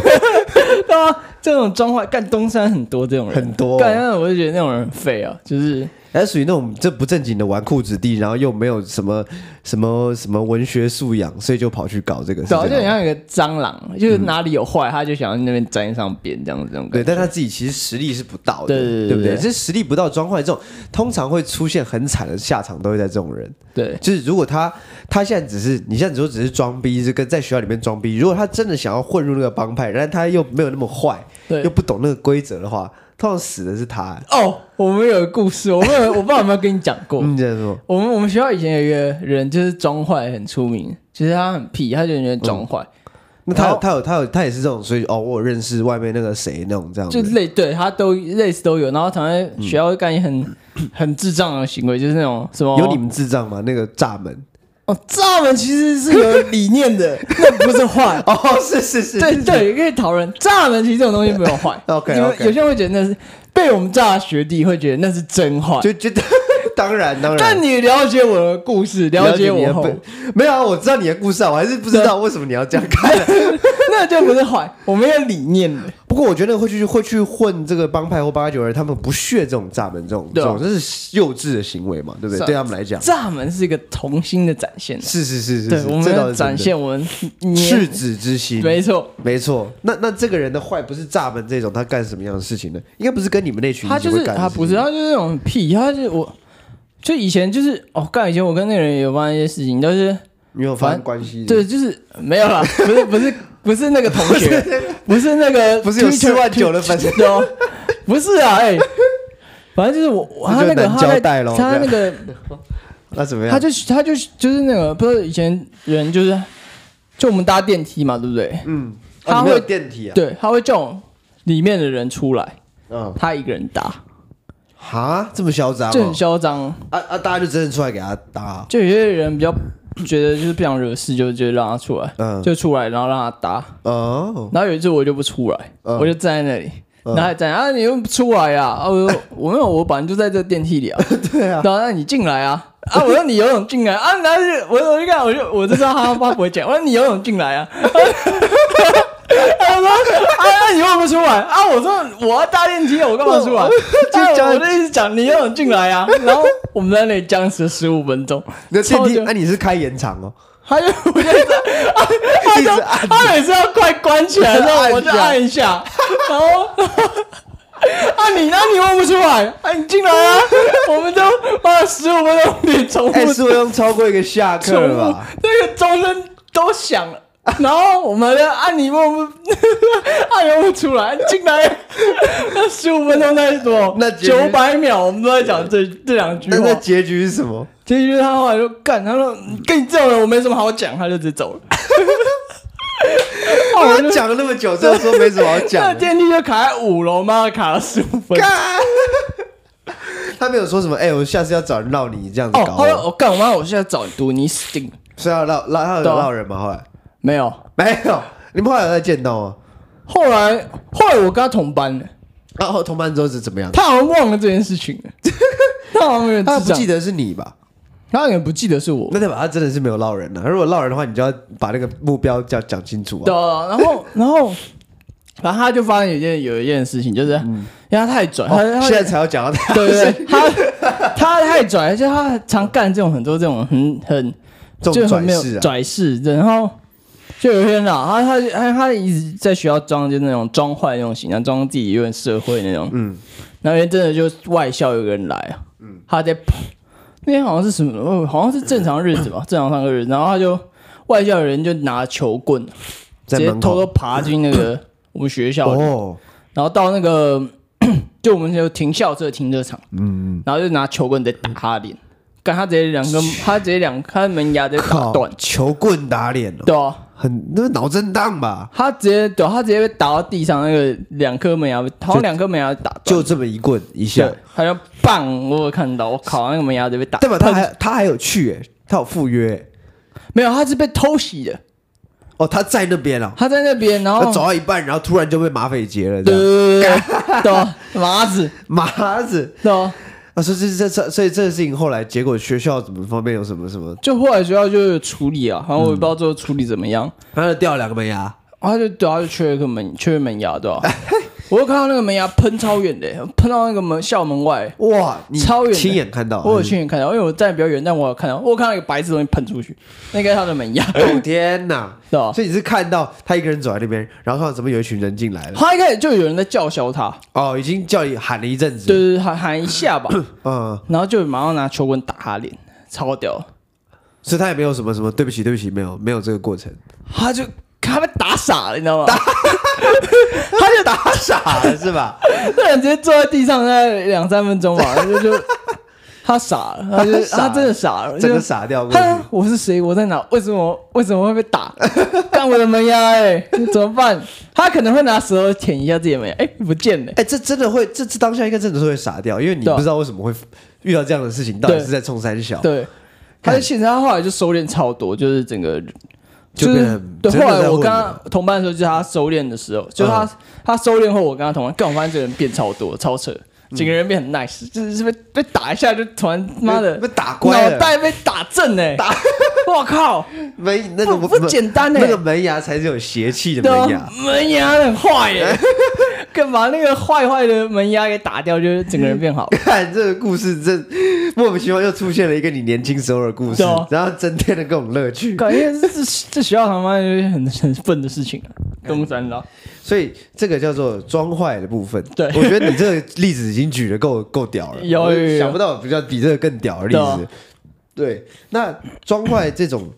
[SPEAKER 2] 啊，这种装坏干东山很多这种人，
[SPEAKER 1] 很多
[SPEAKER 2] 干那种我就觉得那种人很废啊，就是
[SPEAKER 1] 还是属于哎那种这不正经的纨绔子弟，然后又没有什么什么什么文学素养，所以就跑去搞这个。是
[SPEAKER 2] 对啊，就
[SPEAKER 1] 这
[SPEAKER 2] 很
[SPEAKER 1] 样吗
[SPEAKER 2] 像一个蟑螂，就是哪里有坏，他就想要那边沾上边这样子，这种
[SPEAKER 1] 对，
[SPEAKER 2] 感觉。
[SPEAKER 1] 但他自己其实实力是不到的，
[SPEAKER 2] 对对对
[SPEAKER 1] 不
[SPEAKER 2] 对
[SPEAKER 1] 对？这实力不到装坏这种，通常会出现很惨的下场，都会在这种人。
[SPEAKER 2] 对
[SPEAKER 1] 就是如果他他现在只是你现在只说只是装逼，是跟在学校里面装逼。如果他真的想要混入那个帮派，然后他又没有那么坏，
[SPEAKER 2] 对
[SPEAKER 1] 又不懂那个规则的话，通常死的是他、欸。
[SPEAKER 2] 哦，我们有个故事，我 们有我不知道有没有跟你讲过。
[SPEAKER 1] 嗯，这样说，
[SPEAKER 2] 我们我们学校以前有一个人就是装坏很出名，其实他很屁，他就觉得装坏，
[SPEAKER 1] 嗯那他
[SPEAKER 2] 然
[SPEAKER 1] 有
[SPEAKER 2] 后
[SPEAKER 1] 他有他有他也是这种，所以哦，我有认识外面那个谁那种这样
[SPEAKER 2] 就
[SPEAKER 1] 子，
[SPEAKER 2] 类对他都类似都有，然后常常学校会干一些 很很智障的行为，就是那种什么
[SPEAKER 1] 有你们智障吗？那个炸门
[SPEAKER 2] 哦，炸门其实是有理念 的，那不是坏。
[SPEAKER 1] 哦，是是是，
[SPEAKER 2] 对
[SPEAKER 1] 是，
[SPEAKER 2] 对，可以讨论炸门，其实这种东西没 有坏。
[SPEAKER 1] OK，OK
[SPEAKER 2] 你们有些人会觉得那是被我们炸的学弟会觉得那是真坏。
[SPEAKER 1] 就觉得 当然当然
[SPEAKER 2] 但。你了解我的故事，了解
[SPEAKER 1] 你
[SPEAKER 2] 我
[SPEAKER 1] 的
[SPEAKER 2] 后，
[SPEAKER 1] 本，没有啊？我知道你的故事啊，我还是不知道为什么你要这样看、
[SPEAKER 2] 那就不是坏， 我们有理念的。
[SPEAKER 1] 不过我觉得会去会去混这个帮派或八加九人，他们不屑这种炸门这种这
[SPEAKER 2] 对啊
[SPEAKER 1] 种，这是幼稚的行为嘛，对不
[SPEAKER 2] 是
[SPEAKER 1] 对？
[SPEAKER 2] 啊
[SPEAKER 1] 对他们来讲，
[SPEAKER 2] 炸门是一个童心的展现，啊
[SPEAKER 1] 是是是是
[SPEAKER 2] 对，
[SPEAKER 1] 是，
[SPEAKER 2] 我们
[SPEAKER 1] 这倒
[SPEAKER 2] 要
[SPEAKER 1] 是真的
[SPEAKER 2] 展现我们年
[SPEAKER 1] 赤子之心，
[SPEAKER 2] 没错，
[SPEAKER 1] 没错。那那这个人的坏不是炸门这种，他干什么样的事情呢？应该不是跟你们那群
[SPEAKER 2] 他
[SPEAKER 1] 一起
[SPEAKER 2] 就
[SPEAKER 1] 会
[SPEAKER 2] 是
[SPEAKER 1] 干的
[SPEAKER 2] 他
[SPEAKER 1] 事
[SPEAKER 2] 不是，
[SPEAKER 1] 情
[SPEAKER 2] 他就是那种屁，他就是我，就以前就是哦，干以前我跟那个人也有发生一些事情，但是
[SPEAKER 1] 你有发生关系？
[SPEAKER 2] 对，就是没有啦，不是不是不是那个同学，不是那个
[SPEAKER 1] 不是有
[SPEAKER 2] Twitter-
[SPEAKER 1] 四万九的粉丝
[SPEAKER 2] 哦，不是啊，哎、反正就是我我
[SPEAKER 1] 这
[SPEAKER 2] 他
[SPEAKER 1] 就
[SPEAKER 2] 那个
[SPEAKER 1] 难
[SPEAKER 2] 他
[SPEAKER 1] 交
[SPEAKER 2] 在
[SPEAKER 1] 代咯啊
[SPEAKER 2] 他那个
[SPEAKER 1] 那怎么样？
[SPEAKER 2] 他就他就就是那个不是以前人就是就我们搭电梯嘛，对不对？
[SPEAKER 1] 嗯，
[SPEAKER 2] 他
[SPEAKER 1] 哦你们有
[SPEAKER 2] 会
[SPEAKER 1] 电梯啊，
[SPEAKER 2] 对，他会叫我们里面的人出来，
[SPEAKER 1] 嗯，
[SPEAKER 2] 他一个人搭，
[SPEAKER 1] 哈，这么嚣张哦，
[SPEAKER 2] 就很嚣张。
[SPEAKER 1] 啊啊！大家就真的出来给他搭，
[SPEAKER 2] 就有些人比较觉得就是不想惹事，就就让他出来，
[SPEAKER 1] 嗯
[SPEAKER 2] 就出来然后让他搭。
[SPEAKER 1] 哦，
[SPEAKER 2] 然后有一次我就不出来，
[SPEAKER 1] 嗯
[SPEAKER 2] 我就站在那里，
[SPEAKER 1] 嗯
[SPEAKER 2] 然后还站啊，你又不出来啊？啊，我说我没有，我本来就在这电梯里啊。
[SPEAKER 1] 对啊，
[SPEAKER 2] 然后那你进来啊，啊，我说你游泳进来啊，然后就我我就看我就我就知道他他不会讲，我说你游泳进来啊。 啊他说：“啊，那你为什么不出来啊？”我说：“我要搭电梯啊，我干嘛出来？”
[SPEAKER 1] 就
[SPEAKER 2] 就
[SPEAKER 1] 讲
[SPEAKER 2] 我就一直讲你游泳进来啊，然后我们在那里僵持十五分钟。
[SPEAKER 1] 那电
[SPEAKER 2] 超
[SPEAKER 1] 梯，啊
[SPEAKER 2] 久
[SPEAKER 1] 那你是开延长 哦，哎啊
[SPEAKER 2] 他就 我就
[SPEAKER 1] 一直按
[SPEAKER 2] 他每次要快关起来的时候，我就按一下，然后。 啊你，那你问不出来，啊你进来啊，我们都花了十五分钟你重
[SPEAKER 1] 哎，
[SPEAKER 2] 复
[SPEAKER 1] 十分钟超过一个下课了
[SPEAKER 2] 重复
[SPEAKER 1] 吧？，
[SPEAKER 2] 那个钟声都响了，然后我们的啊你问不， 啊你问不出来，进来，那十五分钟那多
[SPEAKER 1] 那结
[SPEAKER 2] 九
[SPEAKER 1] 局
[SPEAKER 2] 百秒，我们都在讲这这两句
[SPEAKER 1] 那
[SPEAKER 2] 话
[SPEAKER 1] 那。结局是什 么？
[SPEAKER 2] 结局他后来就干，他说嗯跟你这种人我没什么好讲，他就直接走了。后来我就
[SPEAKER 1] 我讲了那么久，最后说没什么好
[SPEAKER 2] 那
[SPEAKER 1] 讲的。
[SPEAKER 2] 电梯就卡在五楼，妈的卡了十五分。
[SPEAKER 1] 干 他没有说什么，哎，我下次要找人闹你这样子
[SPEAKER 2] 哦，
[SPEAKER 1] 搞
[SPEAKER 2] 他说
[SPEAKER 1] 我，
[SPEAKER 2] 我干，我妈，我现在找你读，你死定了。
[SPEAKER 1] 是要闹闹他有
[SPEAKER 2] 对啊
[SPEAKER 1] 闹人吗？后来
[SPEAKER 2] 没有，
[SPEAKER 1] 没有，你们后来有再见到吗？
[SPEAKER 2] 后来后来我跟他同班了，
[SPEAKER 1] 然后哦同班之后是怎么样？
[SPEAKER 2] 他好像忘了这件事情了，他好像有点
[SPEAKER 1] 他
[SPEAKER 2] 智
[SPEAKER 1] 不记
[SPEAKER 2] 障，
[SPEAKER 1] 得是你吧？
[SPEAKER 2] 他好像不记得是我。
[SPEAKER 1] 那代表他真的是没有闹人了、如果闹人的话，你就要把那个目标叫讲清楚
[SPEAKER 2] 对
[SPEAKER 1] 啊。
[SPEAKER 2] 啊，然后 然后反正他就发现有一件有一件事情，就是因为他太拽，他
[SPEAKER 1] 哦
[SPEAKER 2] 他
[SPEAKER 1] 现在才要讲到他，
[SPEAKER 2] 对对，对他他太拽，而且他常干这种很多这种很很
[SPEAKER 1] 这
[SPEAKER 2] 就
[SPEAKER 1] 种
[SPEAKER 2] 很
[SPEAKER 1] 转
[SPEAKER 2] 没有
[SPEAKER 1] 世啊，
[SPEAKER 2] 拽事，然后就有些人啊，他他他他一直在学校装就那种装坏那种形象，装自己有点社会那种，嗯，然后因为真的就外校有个人来啊，嗯，他在那天好像是什么，哦，好像是正常日 子吧，正常上课日子，然后他就外校有人就拿球棍，直
[SPEAKER 1] 在
[SPEAKER 2] 接
[SPEAKER 1] 门
[SPEAKER 2] 偷
[SPEAKER 1] 口
[SPEAKER 2] 偷爬进那个 我们学校里，
[SPEAKER 1] 哦，
[SPEAKER 2] 然后到那个 就我们就停校车的停车场，嗯，然后就拿球棍在打他脸，干他直接两根，他直接两他的门牙直接打
[SPEAKER 1] 靠
[SPEAKER 2] 断，，
[SPEAKER 1] 球棍打脸哦，
[SPEAKER 2] 对啊。
[SPEAKER 1] 很那个脑震荡吧？
[SPEAKER 2] 他直接对，他直接被打到地上，那个两颗门牙被，好像两颗门牙被打断
[SPEAKER 1] 就这么一棍一下
[SPEAKER 2] 对，，他就棒，我有看到，我靠，那个门牙直接被打
[SPEAKER 1] 代表他
[SPEAKER 2] 喷，
[SPEAKER 1] 还他还有去、欸，他有赴约、欸
[SPEAKER 2] 没有，他是被偷袭的，
[SPEAKER 1] 哦，他在那边啊，
[SPEAKER 2] 他在那边，然后
[SPEAKER 1] 他走到一半，然后突然就被马匪劫了，
[SPEAKER 2] 对
[SPEAKER 1] 这
[SPEAKER 2] 哦对
[SPEAKER 1] 样
[SPEAKER 2] 对对对，对啊，麻子，
[SPEAKER 1] 马子
[SPEAKER 2] 对啊，
[SPEAKER 1] 啊，所以这这这所以这个事情后来结果学校怎么方面有什么什么，
[SPEAKER 2] 就后来学校就有处理啊，然后我也不知道最后处理怎么样，
[SPEAKER 1] 他就掉了两个门牙，
[SPEAKER 2] 他就对，他就缺一个门，缺一个门牙，对吧、我就看到那个门牙喷超远的，喷到那个门校门外。
[SPEAKER 1] 哇，你
[SPEAKER 2] 超远的
[SPEAKER 1] 亲眼看到，
[SPEAKER 2] 我有亲眼看到，因为我站得比较远，但我有看到，我有看到一个白色东西喷出去，那应该是他的门牙，
[SPEAKER 1] 哦天哪！
[SPEAKER 2] 对吧？
[SPEAKER 1] 所以你是看到他一个人走在那边，然后看到怎么有一群人进来了，
[SPEAKER 2] 他一开始就有人在叫嚣他，
[SPEAKER 1] 哦，已经叫你喊了一阵子，
[SPEAKER 2] 对，对对，喊喊一下吧，
[SPEAKER 1] 嗯，
[SPEAKER 2] 然后就马上拿球棍打他脸，超屌，
[SPEAKER 1] 所以他也没有什么什么对不起，对不起，没有没有这个过 程，
[SPEAKER 2] 他就他被打傻了，你知道吗？
[SPEAKER 1] 他就打傻了是吧？
[SPEAKER 2] 那人直接坐在地上大概两三分钟吧，就 就他傻了，他就
[SPEAKER 1] 他傻了
[SPEAKER 2] 他真的傻了，
[SPEAKER 1] 整
[SPEAKER 2] 就
[SPEAKER 1] 个傻掉过 去，
[SPEAKER 2] 他我是谁？我在哪？为什么为什么会被 打？干我的门牙哎、怎么办？他可能会拿舌头舔一下自己的门牙，哎、不见了、
[SPEAKER 1] 哎、这真的会，这这当下应该真的是会傻掉，因为你
[SPEAKER 2] 对啊
[SPEAKER 1] 不知道为什么会遇到这样的事情，到底
[SPEAKER 2] 对
[SPEAKER 1] 是在冲三小，
[SPEAKER 2] 对，他就其实他后来就收敛超多，就是整个
[SPEAKER 1] 就变
[SPEAKER 2] 是
[SPEAKER 1] 得很
[SPEAKER 2] 对。
[SPEAKER 1] 真的
[SPEAKER 2] 后来
[SPEAKER 1] 在
[SPEAKER 2] 我
[SPEAKER 1] 混
[SPEAKER 2] 跟他
[SPEAKER 1] 了嗯
[SPEAKER 2] 同伴的时候，就是他收敛的时候，就是他、他收敛后，我跟他同伴，干我发现这个人变超多，超扯。
[SPEAKER 1] 嗯
[SPEAKER 2] 整个人变很 nice，就是被被打一下就突然妈的
[SPEAKER 1] 被被打
[SPEAKER 2] 脑
[SPEAKER 1] 乖了
[SPEAKER 2] 袋被打正哎、打，我靠，
[SPEAKER 1] 没那个
[SPEAKER 2] 不不简单欸
[SPEAKER 1] 那个门牙才是有邪气的
[SPEAKER 2] 对啊
[SPEAKER 1] 门牙，，。
[SPEAKER 2] 门牙很坏耶，干嘛那个坏坏的门牙给打掉，就是整个人变好
[SPEAKER 1] 看这个故事，这莫名其妙又出现了一个你年轻时候的故事，
[SPEAKER 2] 对啊
[SPEAKER 1] 然后增添了各种乐趣。
[SPEAKER 2] 感觉这这这学校他妈就是很很笨的事情啊，东山老
[SPEAKER 1] 所以这个叫做装坏的部分。
[SPEAKER 2] 对
[SPEAKER 1] 我觉得你这个例子已经举得够够屌了，
[SPEAKER 2] 有
[SPEAKER 1] 我
[SPEAKER 2] 有有
[SPEAKER 1] 想不到比较比这个更屌的例
[SPEAKER 2] 对啊
[SPEAKER 1] 子。对，那装坏这种，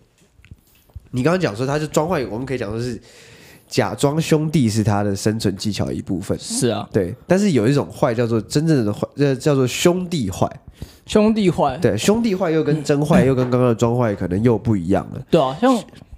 [SPEAKER 1] 你刚刚讲说他是装坏，我们可以讲说是假装兄弟是他的生存技巧一部分。
[SPEAKER 2] 是啊，
[SPEAKER 1] 对，但是有一种坏叫做真正的坏，呃，叫做兄弟坏。
[SPEAKER 2] 兄弟坏，
[SPEAKER 1] 对，兄弟坏又跟真坏又跟刚刚的装坏可能又不一样了。
[SPEAKER 2] 对啊，像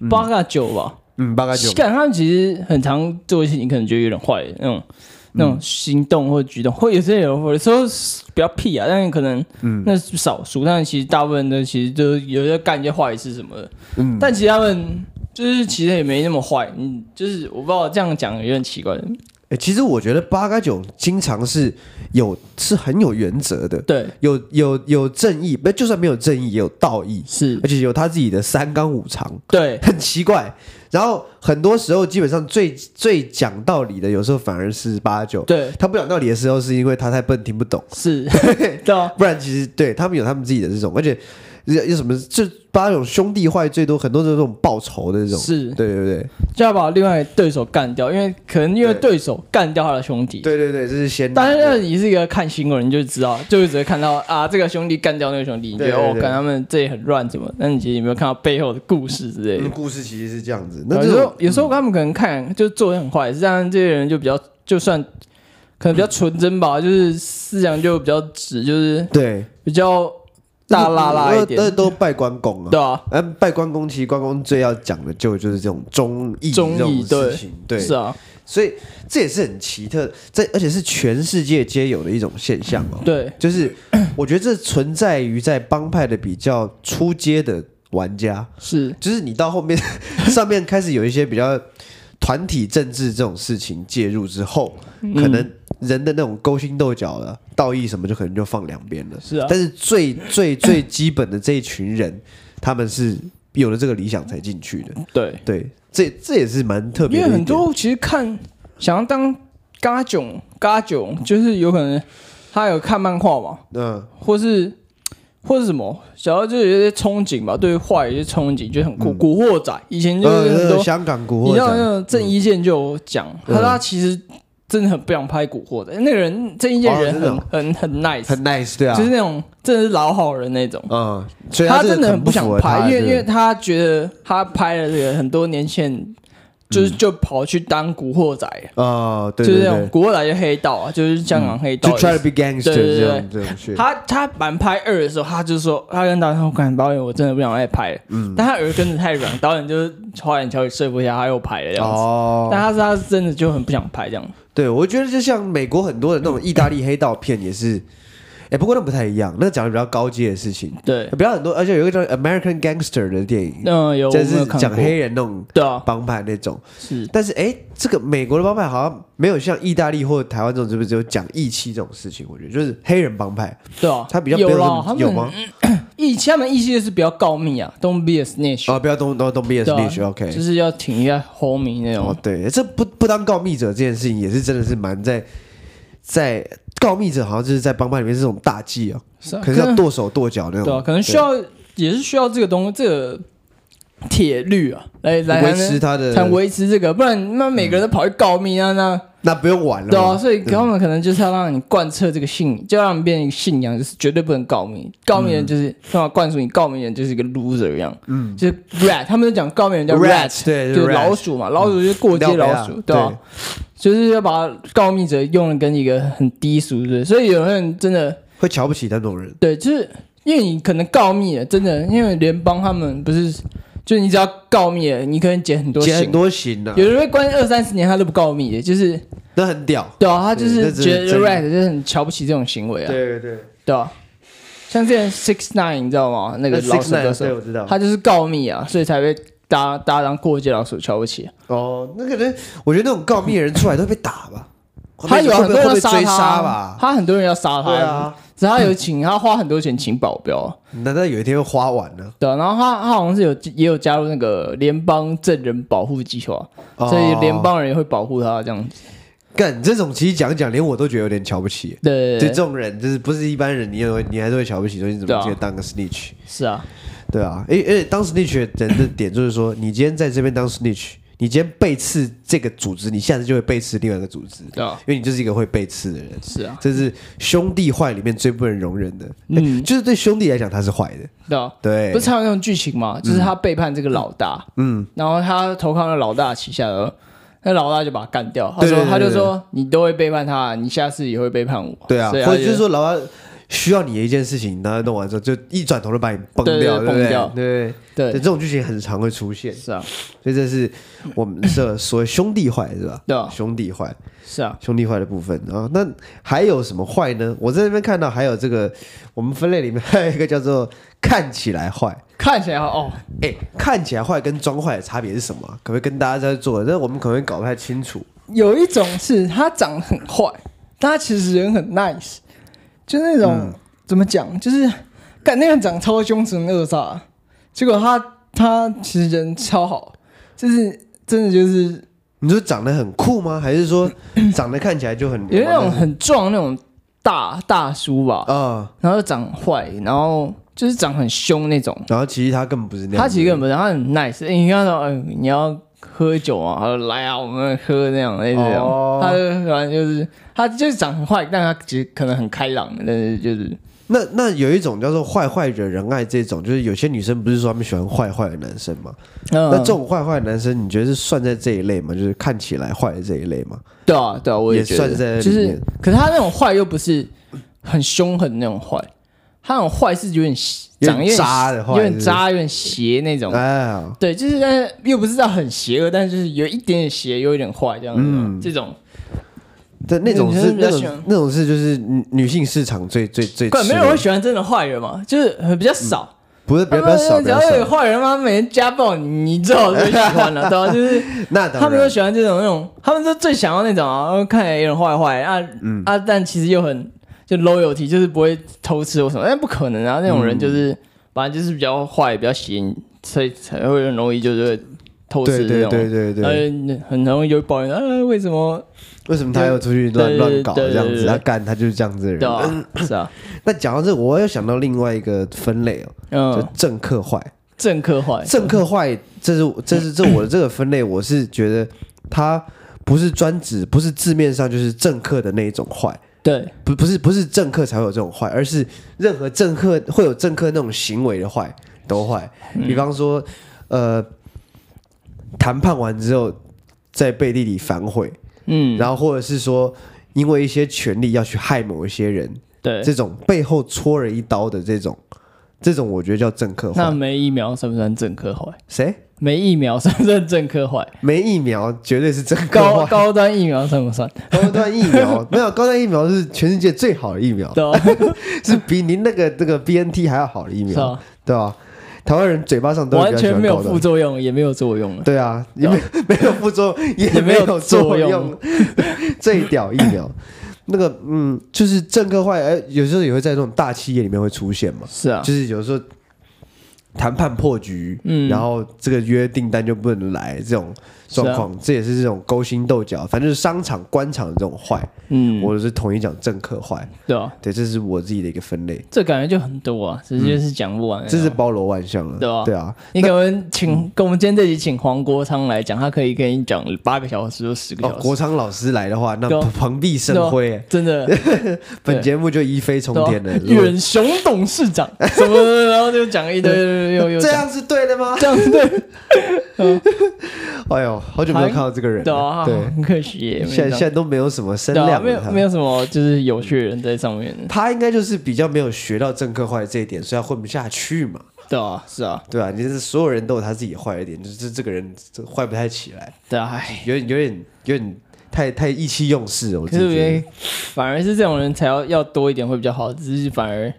[SPEAKER 2] 八嘎九吧，
[SPEAKER 1] 嗯，八嘎九，
[SPEAKER 2] 干他们其实很常做一些你可能觉得有点坏的那种。
[SPEAKER 1] 嗯
[SPEAKER 2] 那种行动或举动，或有些有有时候是比较屁啊，但是可能
[SPEAKER 1] 嗯
[SPEAKER 2] 那是少数，但其实大部分的其实都有在干一些坏事什么的。
[SPEAKER 1] 嗯，
[SPEAKER 2] 但其实他们就是其实也没那么坏，嗯，就是我不知道这样讲有点奇怪。
[SPEAKER 1] 欸其实我觉得八嘎九经常是有是很有原则的，
[SPEAKER 2] 对，
[SPEAKER 1] 有有有正义，不就算没有正义也有道义，
[SPEAKER 2] 是，
[SPEAKER 1] 而且有他自己的三纲五常，
[SPEAKER 2] 对，
[SPEAKER 1] 很奇怪。然后很多时候基本上最最讲道理的，有时候反而是八九。
[SPEAKER 2] 对，
[SPEAKER 1] 他不讲道理的时候，是因为他太笨听不懂，
[SPEAKER 2] 是，对啊，
[SPEAKER 1] 不然其实对他们有他们自己的这种，而且有有什么这八种兄弟坏最多，很多都是这种报仇的这种。
[SPEAKER 2] 是，
[SPEAKER 1] 对对对
[SPEAKER 2] 就要把另外对手干掉，因为可能因为
[SPEAKER 1] 对
[SPEAKER 2] 对手干掉他的兄弟。
[SPEAKER 1] 对对对，这是先。
[SPEAKER 2] 但是那你是一个看新闻，你就知道，就是只会看到啊，这个兄弟干掉那个兄弟，你觉得
[SPEAKER 1] 对对
[SPEAKER 2] 哦，
[SPEAKER 1] 对
[SPEAKER 2] 看他们这里很乱，怎么？但你其实有没有看到背后的故事之类的
[SPEAKER 1] 嗯？故事其实是这样子，那
[SPEAKER 2] 有
[SPEAKER 1] 这
[SPEAKER 2] 时
[SPEAKER 1] 种
[SPEAKER 2] 候有时候他们可能看就做的很坏，事，但这些人就比较就算可能比较纯真吧，就是思想就比较直，就是
[SPEAKER 1] 对
[SPEAKER 2] 比较大拉拉一点
[SPEAKER 1] 都，都拜关公啊。
[SPEAKER 2] 对啊，
[SPEAKER 1] 嗯、拜关公，其实关公最要讲的就就是这种忠义
[SPEAKER 2] 忠义
[SPEAKER 1] 这种事情，对，
[SPEAKER 2] 是啊，
[SPEAKER 1] 所以这也是很奇特，这而且是全世界皆有的一种现象哦。
[SPEAKER 2] 对，
[SPEAKER 1] 就是我觉得这存在于在帮派的比较出街的玩家，
[SPEAKER 2] 是，
[SPEAKER 1] 就是你到后面 上面开始有一些比较团体政治这种事情介入之后，可能人的那种勾心斗角了、道义什么，就可能就放两边了。
[SPEAKER 2] 是啊
[SPEAKER 1] 但是最最最基本的这一群人，他们是有了这个理想才进去的。
[SPEAKER 2] 对，
[SPEAKER 1] 对，这这也是蛮特别
[SPEAKER 2] 因
[SPEAKER 1] 的
[SPEAKER 2] 为
[SPEAKER 1] 一点。
[SPEAKER 2] 很多其实看想要当嘎囧嘎囧，就是有可能他有看漫画嘛，
[SPEAKER 1] 嗯，
[SPEAKER 2] 或是或是什么，想要就有一些憧憬吧，对于坏有一些憧憬，就很古古惑仔，以前就是
[SPEAKER 1] 嗯呃
[SPEAKER 2] 很多
[SPEAKER 1] 香港古
[SPEAKER 2] 你
[SPEAKER 1] 惑
[SPEAKER 2] 知道那
[SPEAKER 1] 仔，
[SPEAKER 2] 种郑伊健就有讲，
[SPEAKER 1] 嗯
[SPEAKER 2] 他说他其实真的很不想拍古惑的。那个人郑伊健人
[SPEAKER 1] 哦真
[SPEAKER 2] 很、
[SPEAKER 1] 的哦
[SPEAKER 2] 很很 nice，
[SPEAKER 1] 很 nice，对啊，
[SPEAKER 2] 就是那种真的是老好人那种。
[SPEAKER 1] 嗯，所以
[SPEAKER 2] 他
[SPEAKER 1] 这个
[SPEAKER 2] 真的
[SPEAKER 1] 很
[SPEAKER 2] 很不
[SPEAKER 1] 符
[SPEAKER 2] 想
[SPEAKER 1] 合他
[SPEAKER 2] 拍，因为
[SPEAKER 1] 这
[SPEAKER 2] 因
[SPEAKER 1] 个
[SPEAKER 2] 为他觉得他拍了这个很多年前，就是就跑去当古惑仔，
[SPEAKER 1] 啊，嗯对
[SPEAKER 2] 就是
[SPEAKER 1] 对
[SPEAKER 2] 那种
[SPEAKER 1] 对，嗯
[SPEAKER 2] 古惑仔就黑道啊，就是香港黑
[SPEAKER 1] 就
[SPEAKER 2] 道的意思。
[SPEAKER 1] try to be gangster
[SPEAKER 2] 对对对
[SPEAKER 1] 这种这种事。
[SPEAKER 2] 他他反拍二的时候，他就说他跟导演说：“我感导演，我真的不想再拍了。”
[SPEAKER 1] 嗯
[SPEAKER 2] 但他耳根子太软，导演就是花言巧语说服一下，他又拍了这样子。
[SPEAKER 1] 哦，
[SPEAKER 2] 但他是他是真的就很不想拍这样。
[SPEAKER 1] 对，我觉得就像美国很多的那种意大利黑道片也是，哎、不过那不太一样，那讲的比较高阶的事情，
[SPEAKER 2] 对，
[SPEAKER 1] 比较很多，而且有一个叫 American Gangster 的电影，
[SPEAKER 2] 嗯，有我
[SPEAKER 1] 就
[SPEAKER 2] 没
[SPEAKER 1] 是
[SPEAKER 2] 有看
[SPEAKER 1] 讲
[SPEAKER 2] 过。
[SPEAKER 1] 黑人那种
[SPEAKER 2] 对啊，
[SPEAKER 1] 帮派那种。
[SPEAKER 2] 是
[SPEAKER 1] 但是哎、诶这个美国的帮派好像没有像意大利或台湾这种，是不是只有讲义气这种事情？我觉得就是黑人帮派，
[SPEAKER 2] 对啊，
[SPEAKER 1] 他比较没
[SPEAKER 2] 有
[SPEAKER 1] 这
[SPEAKER 2] 啦，他
[SPEAKER 1] 么
[SPEAKER 2] 们
[SPEAKER 1] 有吗？
[SPEAKER 2] 义气，他们义气就是比较告密啊，Don't be a snitch，、
[SPEAKER 1] 啊，不要动动动 B S
[SPEAKER 2] 对啊
[SPEAKER 1] B H OK，
[SPEAKER 2] 就是要挺一下 homie 那种。
[SPEAKER 1] 哦，对，这不不当告密者这件事情也是真的是蛮在在告密者好像就是在帮派里面是这种大忌啊，
[SPEAKER 2] 是啊
[SPEAKER 1] 可能要剁手剁脚那
[SPEAKER 2] 对啊，
[SPEAKER 1] 种，
[SPEAKER 2] 可能需要也是需要这个东这个铁律啊，来来
[SPEAKER 1] 维
[SPEAKER 2] 才能
[SPEAKER 1] 持他
[SPEAKER 2] 才
[SPEAKER 1] 的
[SPEAKER 2] 维持这个，不然那每个人都跑去告密啊，那
[SPEAKER 1] 那不用玩了
[SPEAKER 2] 对啊，
[SPEAKER 1] 嘛，
[SPEAKER 2] 所以他们可能就是要让你贯彻这个信，就要让你变成一个信仰，就是绝对不能告密，告密人就是让他灌输你告密人就是一个 loser 一样，嗯，就是 rat，他们都讲告密人叫
[SPEAKER 1] Rat，
[SPEAKER 2] rat，
[SPEAKER 1] 对
[SPEAKER 2] 就是
[SPEAKER 1] ，rat
[SPEAKER 2] 老鼠嘛，老鼠就是过街老鼠，对
[SPEAKER 1] 对
[SPEAKER 2] 啊，就是要把告密者用的跟一个很低俗的，所以有人真的
[SPEAKER 1] 会瞧不起那种人，
[SPEAKER 2] 对，就是因为你可能告密了，真的，因为联邦他们不是，就是你只要告密了，你可能减很多
[SPEAKER 1] 解
[SPEAKER 2] 刑，
[SPEAKER 1] 很多刑呢
[SPEAKER 2] 有，人会关二三十年，他都不告密的，就是
[SPEAKER 1] 那很屌，
[SPEAKER 2] 对啊，他就
[SPEAKER 1] 对
[SPEAKER 2] 是
[SPEAKER 1] 这是
[SPEAKER 2] 觉得
[SPEAKER 1] 真的
[SPEAKER 2] rat 就是很瞧不起这种行为啊，
[SPEAKER 1] 对对，
[SPEAKER 2] 对啊，像之前 Six Nine 你知道吗？那个老
[SPEAKER 1] 老
[SPEAKER 2] 鼠歌
[SPEAKER 1] 对
[SPEAKER 2] 手，
[SPEAKER 1] 我知道，
[SPEAKER 2] 他就是告密啊，所以才被大家大家当过街老鼠瞧不起啊、
[SPEAKER 1] 哦，那个人，我觉得那种告密的人出来都会被打 吧，
[SPEAKER 2] 他有
[SPEAKER 1] 会
[SPEAKER 2] 很
[SPEAKER 1] 不
[SPEAKER 2] 多
[SPEAKER 1] 会会
[SPEAKER 2] 人要
[SPEAKER 1] 被追
[SPEAKER 2] 他
[SPEAKER 1] 杀
[SPEAKER 2] 啊
[SPEAKER 1] 吧？
[SPEAKER 2] 他很多人要杀他，
[SPEAKER 1] 对啊，
[SPEAKER 2] 只是他有请他花很多钱请保镖啊、
[SPEAKER 1] 难道有一天会花完呢？
[SPEAKER 2] 对啊、然后他他好像是有也有加入那个联邦证人保护计划，
[SPEAKER 1] 哦
[SPEAKER 2] 所以联邦人也会保护他这样子。
[SPEAKER 1] 干你这种其实讲讲，连我都觉得有点瞧不起。就
[SPEAKER 2] 对对
[SPEAKER 1] 这
[SPEAKER 2] 对，
[SPEAKER 1] 种人，就是不是一般人，你也会，你还是会瞧不起，说你怎
[SPEAKER 2] 对
[SPEAKER 1] 么
[SPEAKER 2] 啊
[SPEAKER 1] 直接当个 snitch？
[SPEAKER 2] 是啊，
[SPEAKER 1] 对啊，诶诶，当 snitch 的人的点就是说，你今天在这边当 snitch，你今天背刺这个组织，你下次就会背刺另外一个组织，
[SPEAKER 2] 对啊，
[SPEAKER 1] 因为你就是一个会背刺的人，
[SPEAKER 2] 是啊，
[SPEAKER 1] 这是兄弟坏里面最不能容忍的。嗯，
[SPEAKER 2] 嗯
[SPEAKER 1] 就是对兄弟来讲他是坏的，
[SPEAKER 2] 对啊。
[SPEAKER 1] 对
[SPEAKER 2] 不是，常有那种剧情嘛，
[SPEAKER 1] 嗯
[SPEAKER 2] 就是他背叛这个老大，嗯，然后他投靠了老大旗下的，那老大就把他干掉。他
[SPEAKER 1] 对对
[SPEAKER 2] 说，
[SPEAKER 1] 对
[SPEAKER 2] 他就
[SPEAKER 1] 对
[SPEAKER 2] 说，你都会背叛他，你下次也会背叛我。
[SPEAKER 1] 对啊，
[SPEAKER 2] 所以
[SPEAKER 1] 或
[SPEAKER 2] 他
[SPEAKER 1] 者就是
[SPEAKER 2] 就
[SPEAKER 1] 说老大需要你的一件事情，然后弄完之后就一转头就把你崩
[SPEAKER 2] 对对
[SPEAKER 1] 掉，对不
[SPEAKER 2] 崩掉
[SPEAKER 1] 对对，
[SPEAKER 2] 对，
[SPEAKER 1] 这种剧情很常会出现，
[SPEAKER 2] 是啊，
[SPEAKER 1] 所以这是我们这所谓兄弟坏是吧？
[SPEAKER 2] 对啊
[SPEAKER 1] 兄弟坏。
[SPEAKER 2] 是啊，
[SPEAKER 1] 兄弟坏的部分啊。那还有什么坏呢？我在这边看到还有这个，我们分类里面还有一个叫做看起来坏。
[SPEAKER 2] 看起来哦，
[SPEAKER 1] 哎、看起来坏跟装坏的差别是什么啊？可不可以跟大家在做？但是我们可能会搞不太清楚。
[SPEAKER 2] 有一种是他长得很坏，但他其实人很 nice，就那种、
[SPEAKER 1] 嗯
[SPEAKER 2] 怎么讲，就是干那个长超凶神恶煞啊，结果他他其实人超好，就是真的就是
[SPEAKER 1] 你说长得很酷吗？还是 说长得看起来就很
[SPEAKER 2] 有那种很壮那种大大叔吧，
[SPEAKER 1] 啊、
[SPEAKER 2] 然后又长坏，然后就是长很凶那种。
[SPEAKER 1] 然后其实他根本不是那样子。
[SPEAKER 2] 他其实根本不是，他很 nice、欸。你跟他说，哎、你要喝酒啊？他说来啊，我们喝那样类似这种。
[SPEAKER 1] 哦
[SPEAKER 2] 他就反正就是他就是长很坏，但他其实可能很开朗，但是就是
[SPEAKER 1] 那那有一种叫做坏坏惹人爱这种，就是有些女生不是说她们喜欢坏坏的男生吗？
[SPEAKER 2] 嗯
[SPEAKER 1] 那这种坏坏的男生，你觉得是算在这一类吗？就是看起来坏的这一类吗？
[SPEAKER 2] 对啊对啊，我
[SPEAKER 1] 也
[SPEAKER 2] 觉
[SPEAKER 1] 算在
[SPEAKER 2] 得
[SPEAKER 1] 里
[SPEAKER 2] 就是
[SPEAKER 1] 面，
[SPEAKER 2] 可是他那种坏又不是很凶狠那种坏，他那种坏是有点
[SPEAKER 1] 有点
[SPEAKER 2] 长得有点
[SPEAKER 1] 渣的坏
[SPEAKER 2] 有
[SPEAKER 1] 是
[SPEAKER 2] 点
[SPEAKER 1] 不是
[SPEAKER 2] 渣，有点邪那种。
[SPEAKER 1] 哎，
[SPEAKER 2] 对，就是但是又不是到很邪恶，但是就是有一点点邪，有一点坏这样子。啊
[SPEAKER 1] 嗯
[SPEAKER 2] 这种
[SPEAKER 1] 但那种是
[SPEAKER 2] 女生比
[SPEAKER 1] 那
[SPEAKER 2] 较
[SPEAKER 1] 种
[SPEAKER 2] 喜欢
[SPEAKER 1] 那种是就是女女性市场最最最
[SPEAKER 2] 怪没
[SPEAKER 1] 吃
[SPEAKER 2] 有人
[SPEAKER 1] 的
[SPEAKER 2] 会喜欢真的坏人嘛，就是很比较少。
[SPEAKER 1] 不是比较比较少比
[SPEAKER 2] 只
[SPEAKER 1] 较
[SPEAKER 2] 要有
[SPEAKER 1] 少，
[SPEAKER 2] 坏人嘛，每天家暴你，你最好最喜欢 了，对吧、就是
[SPEAKER 1] 那当
[SPEAKER 2] 他们都
[SPEAKER 1] 然
[SPEAKER 2] 喜欢这种那种，他们都最想要那种啊，呃看起来有点坏坏啊、
[SPEAKER 1] 嗯
[SPEAKER 2] 啊，但其实又很就 loyalty，就是不会偷吃或什么，但不可能啊，那种
[SPEAKER 1] 嗯
[SPEAKER 2] 人就是反正、就是比较坏，比较邪，所以才会很容易就是会偷
[SPEAKER 1] 对
[SPEAKER 2] 吃这
[SPEAKER 1] 对
[SPEAKER 2] 种。
[SPEAKER 1] 对对对，
[SPEAKER 2] 呃，很容易就会抱怨，呃，为什么？
[SPEAKER 1] 为什么他要出去
[SPEAKER 2] 对
[SPEAKER 1] 乱
[SPEAKER 2] 对
[SPEAKER 1] 乱搞
[SPEAKER 2] 对
[SPEAKER 1] 这
[SPEAKER 2] 对
[SPEAKER 1] 样
[SPEAKER 2] 对
[SPEAKER 1] 子？
[SPEAKER 2] 对
[SPEAKER 1] 他干他就是这样子的
[SPEAKER 2] 对
[SPEAKER 1] 人。嗯
[SPEAKER 2] 啊，是啊，
[SPEAKER 1] 那讲到这，我又想到另外一个分类哦，就
[SPEAKER 2] 嗯，哎
[SPEAKER 1] 政客坏，
[SPEAKER 2] 政客坏，
[SPEAKER 1] 政客坏，这是这是这我的这个分类，我是觉得他不是专指，不是字面上就是政客的那一种坏。
[SPEAKER 2] 对，
[SPEAKER 1] 不不是不是政客才会有这种坏，而是任何政客会有政客那种行为的坏都坏。
[SPEAKER 2] 嗯
[SPEAKER 1] 比方说，呃，谈判完之后在背地里反悔，
[SPEAKER 2] 嗯，
[SPEAKER 1] 然后或者是说因为一些权利要去害某一些人，
[SPEAKER 2] 对，
[SPEAKER 1] 这种背后戳人一刀的这种，这种我觉得叫政客
[SPEAKER 2] 那
[SPEAKER 1] 坏。
[SPEAKER 2] 没疫苗算不算政客坏？
[SPEAKER 1] 谁
[SPEAKER 2] 没疫苗算不算政 客坏？
[SPEAKER 1] 没疫苗绝对是政客
[SPEAKER 2] 高
[SPEAKER 1] 坏。
[SPEAKER 2] 高端疫苗 算不算？
[SPEAKER 1] 高端疫苗 没有，高端疫苗是全世界最好的疫苗，
[SPEAKER 2] 对啊，
[SPEAKER 1] 是比您那个那个 BNT 还要好的疫
[SPEAKER 2] 是
[SPEAKER 1] 苗。
[SPEAKER 2] 吧？
[SPEAKER 1] 对啊，台湾人嘴巴上都比
[SPEAKER 2] 完
[SPEAKER 1] 较喜
[SPEAKER 2] 全
[SPEAKER 1] 欢
[SPEAKER 2] 没有
[SPEAKER 1] 高
[SPEAKER 2] 副
[SPEAKER 1] 端。
[SPEAKER 2] 作用，也没有作用了。
[SPEAKER 1] 对啊，也没 没有副作用，也
[SPEAKER 2] 也
[SPEAKER 1] 没
[SPEAKER 2] 没
[SPEAKER 1] 有
[SPEAKER 2] 有
[SPEAKER 1] 作
[SPEAKER 2] 作
[SPEAKER 1] 用
[SPEAKER 2] 用，
[SPEAKER 1] 最屌疫苗。那个嗯，就是政客坏，哎、有时候也会在这种大企业里面会出现嘛，
[SPEAKER 2] 是啊，
[SPEAKER 1] 就是有时候谈判破局，嗯，然后这个约订单就不能来这种状况，
[SPEAKER 2] 啊
[SPEAKER 1] 这也是这种勾心斗角，反正就是商场官场的这种坏，
[SPEAKER 2] 嗯，
[SPEAKER 1] 我是统一讲政客坏，
[SPEAKER 2] 对啊，
[SPEAKER 1] 对，这是我自己的一个分类，
[SPEAKER 2] 这感觉就很多啊，只是就是讲不完。
[SPEAKER 1] 这是包罗万象了，
[SPEAKER 2] 对啊
[SPEAKER 1] 啊，
[SPEAKER 2] 你可能
[SPEAKER 1] 嗯
[SPEAKER 2] 请跟我们今天这集请黄国昌来讲，他可以跟你讲八个小时或十个
[SPEAKER 1] 哦，
[SPEAKER 2] 小时，
[SPEAKER 1] 国昌老师来的话，那
[SPEAKER 2] 对啊
[SPEAKER 1] 蓬荜
[SPEAKER 2] 对啊
[SPEAKER 1] 生辉，欸
[SPEAKER 2] 真的。
[SPEAKER 1] 本节目就一飞冲
[SPEAKER 2] 对啊
[SPEAKER 1] 天了。如果
[SPEAKER 2] 远雄董事长什么的，然后就讲一堆，又又又
[SPEAKER 1] 这
[SPEAKER 2] 讲
[SPEAKER 1] 样是对的吗？
[SPEAKER 2] 这样 对嗯
[SPEAKER 1] 哎呦，好久没有看到这个人
[SPEAKER 2] 对
[SPEAKER 1] 了，，
[SPEAKER 2] 啊
[SPEAKER 1] 对，
[SPEAKER 2] 很可惜耶，
[SPEAKER 1] 现在现在都没有什么声
[SPEAKER 2] 对啊，
[SPEAKER 1] 量
[SPEAKER 2] 没
[SPEAKER 1] 了。
[SPEAKER 2] 有
[SPEAKER 1] 他
[SPEAKER 2] 没有什么就是有趣的人在上面，
[SPEAKER 1] 他应该就是比较没有学到政客坏这一点，所以他混不下去嘛，
[SPEAKER 2] 对啊，是啊，
[SPEAKER 1] 对吧、你就是所有人都有他自己坏的点，就是这个人这坏不太起来，
[SPEAKER 2] 对啊，唉，
[SPEAKER 1] 有点有点有点太太意气用事了，我
[SPEAKER 2] 可
[SPEAKER 1] 自
[SPEAKER 2] 是
[SPEAKER 1] 己
[SPEAKER 2] 我
[SPEAKER 1] 觉
[SPEAKER 2] 觉
[SPEAKER 1] 得
[SPEAKER 2] 得反而是这种人才要要多一点会比较好，只是反而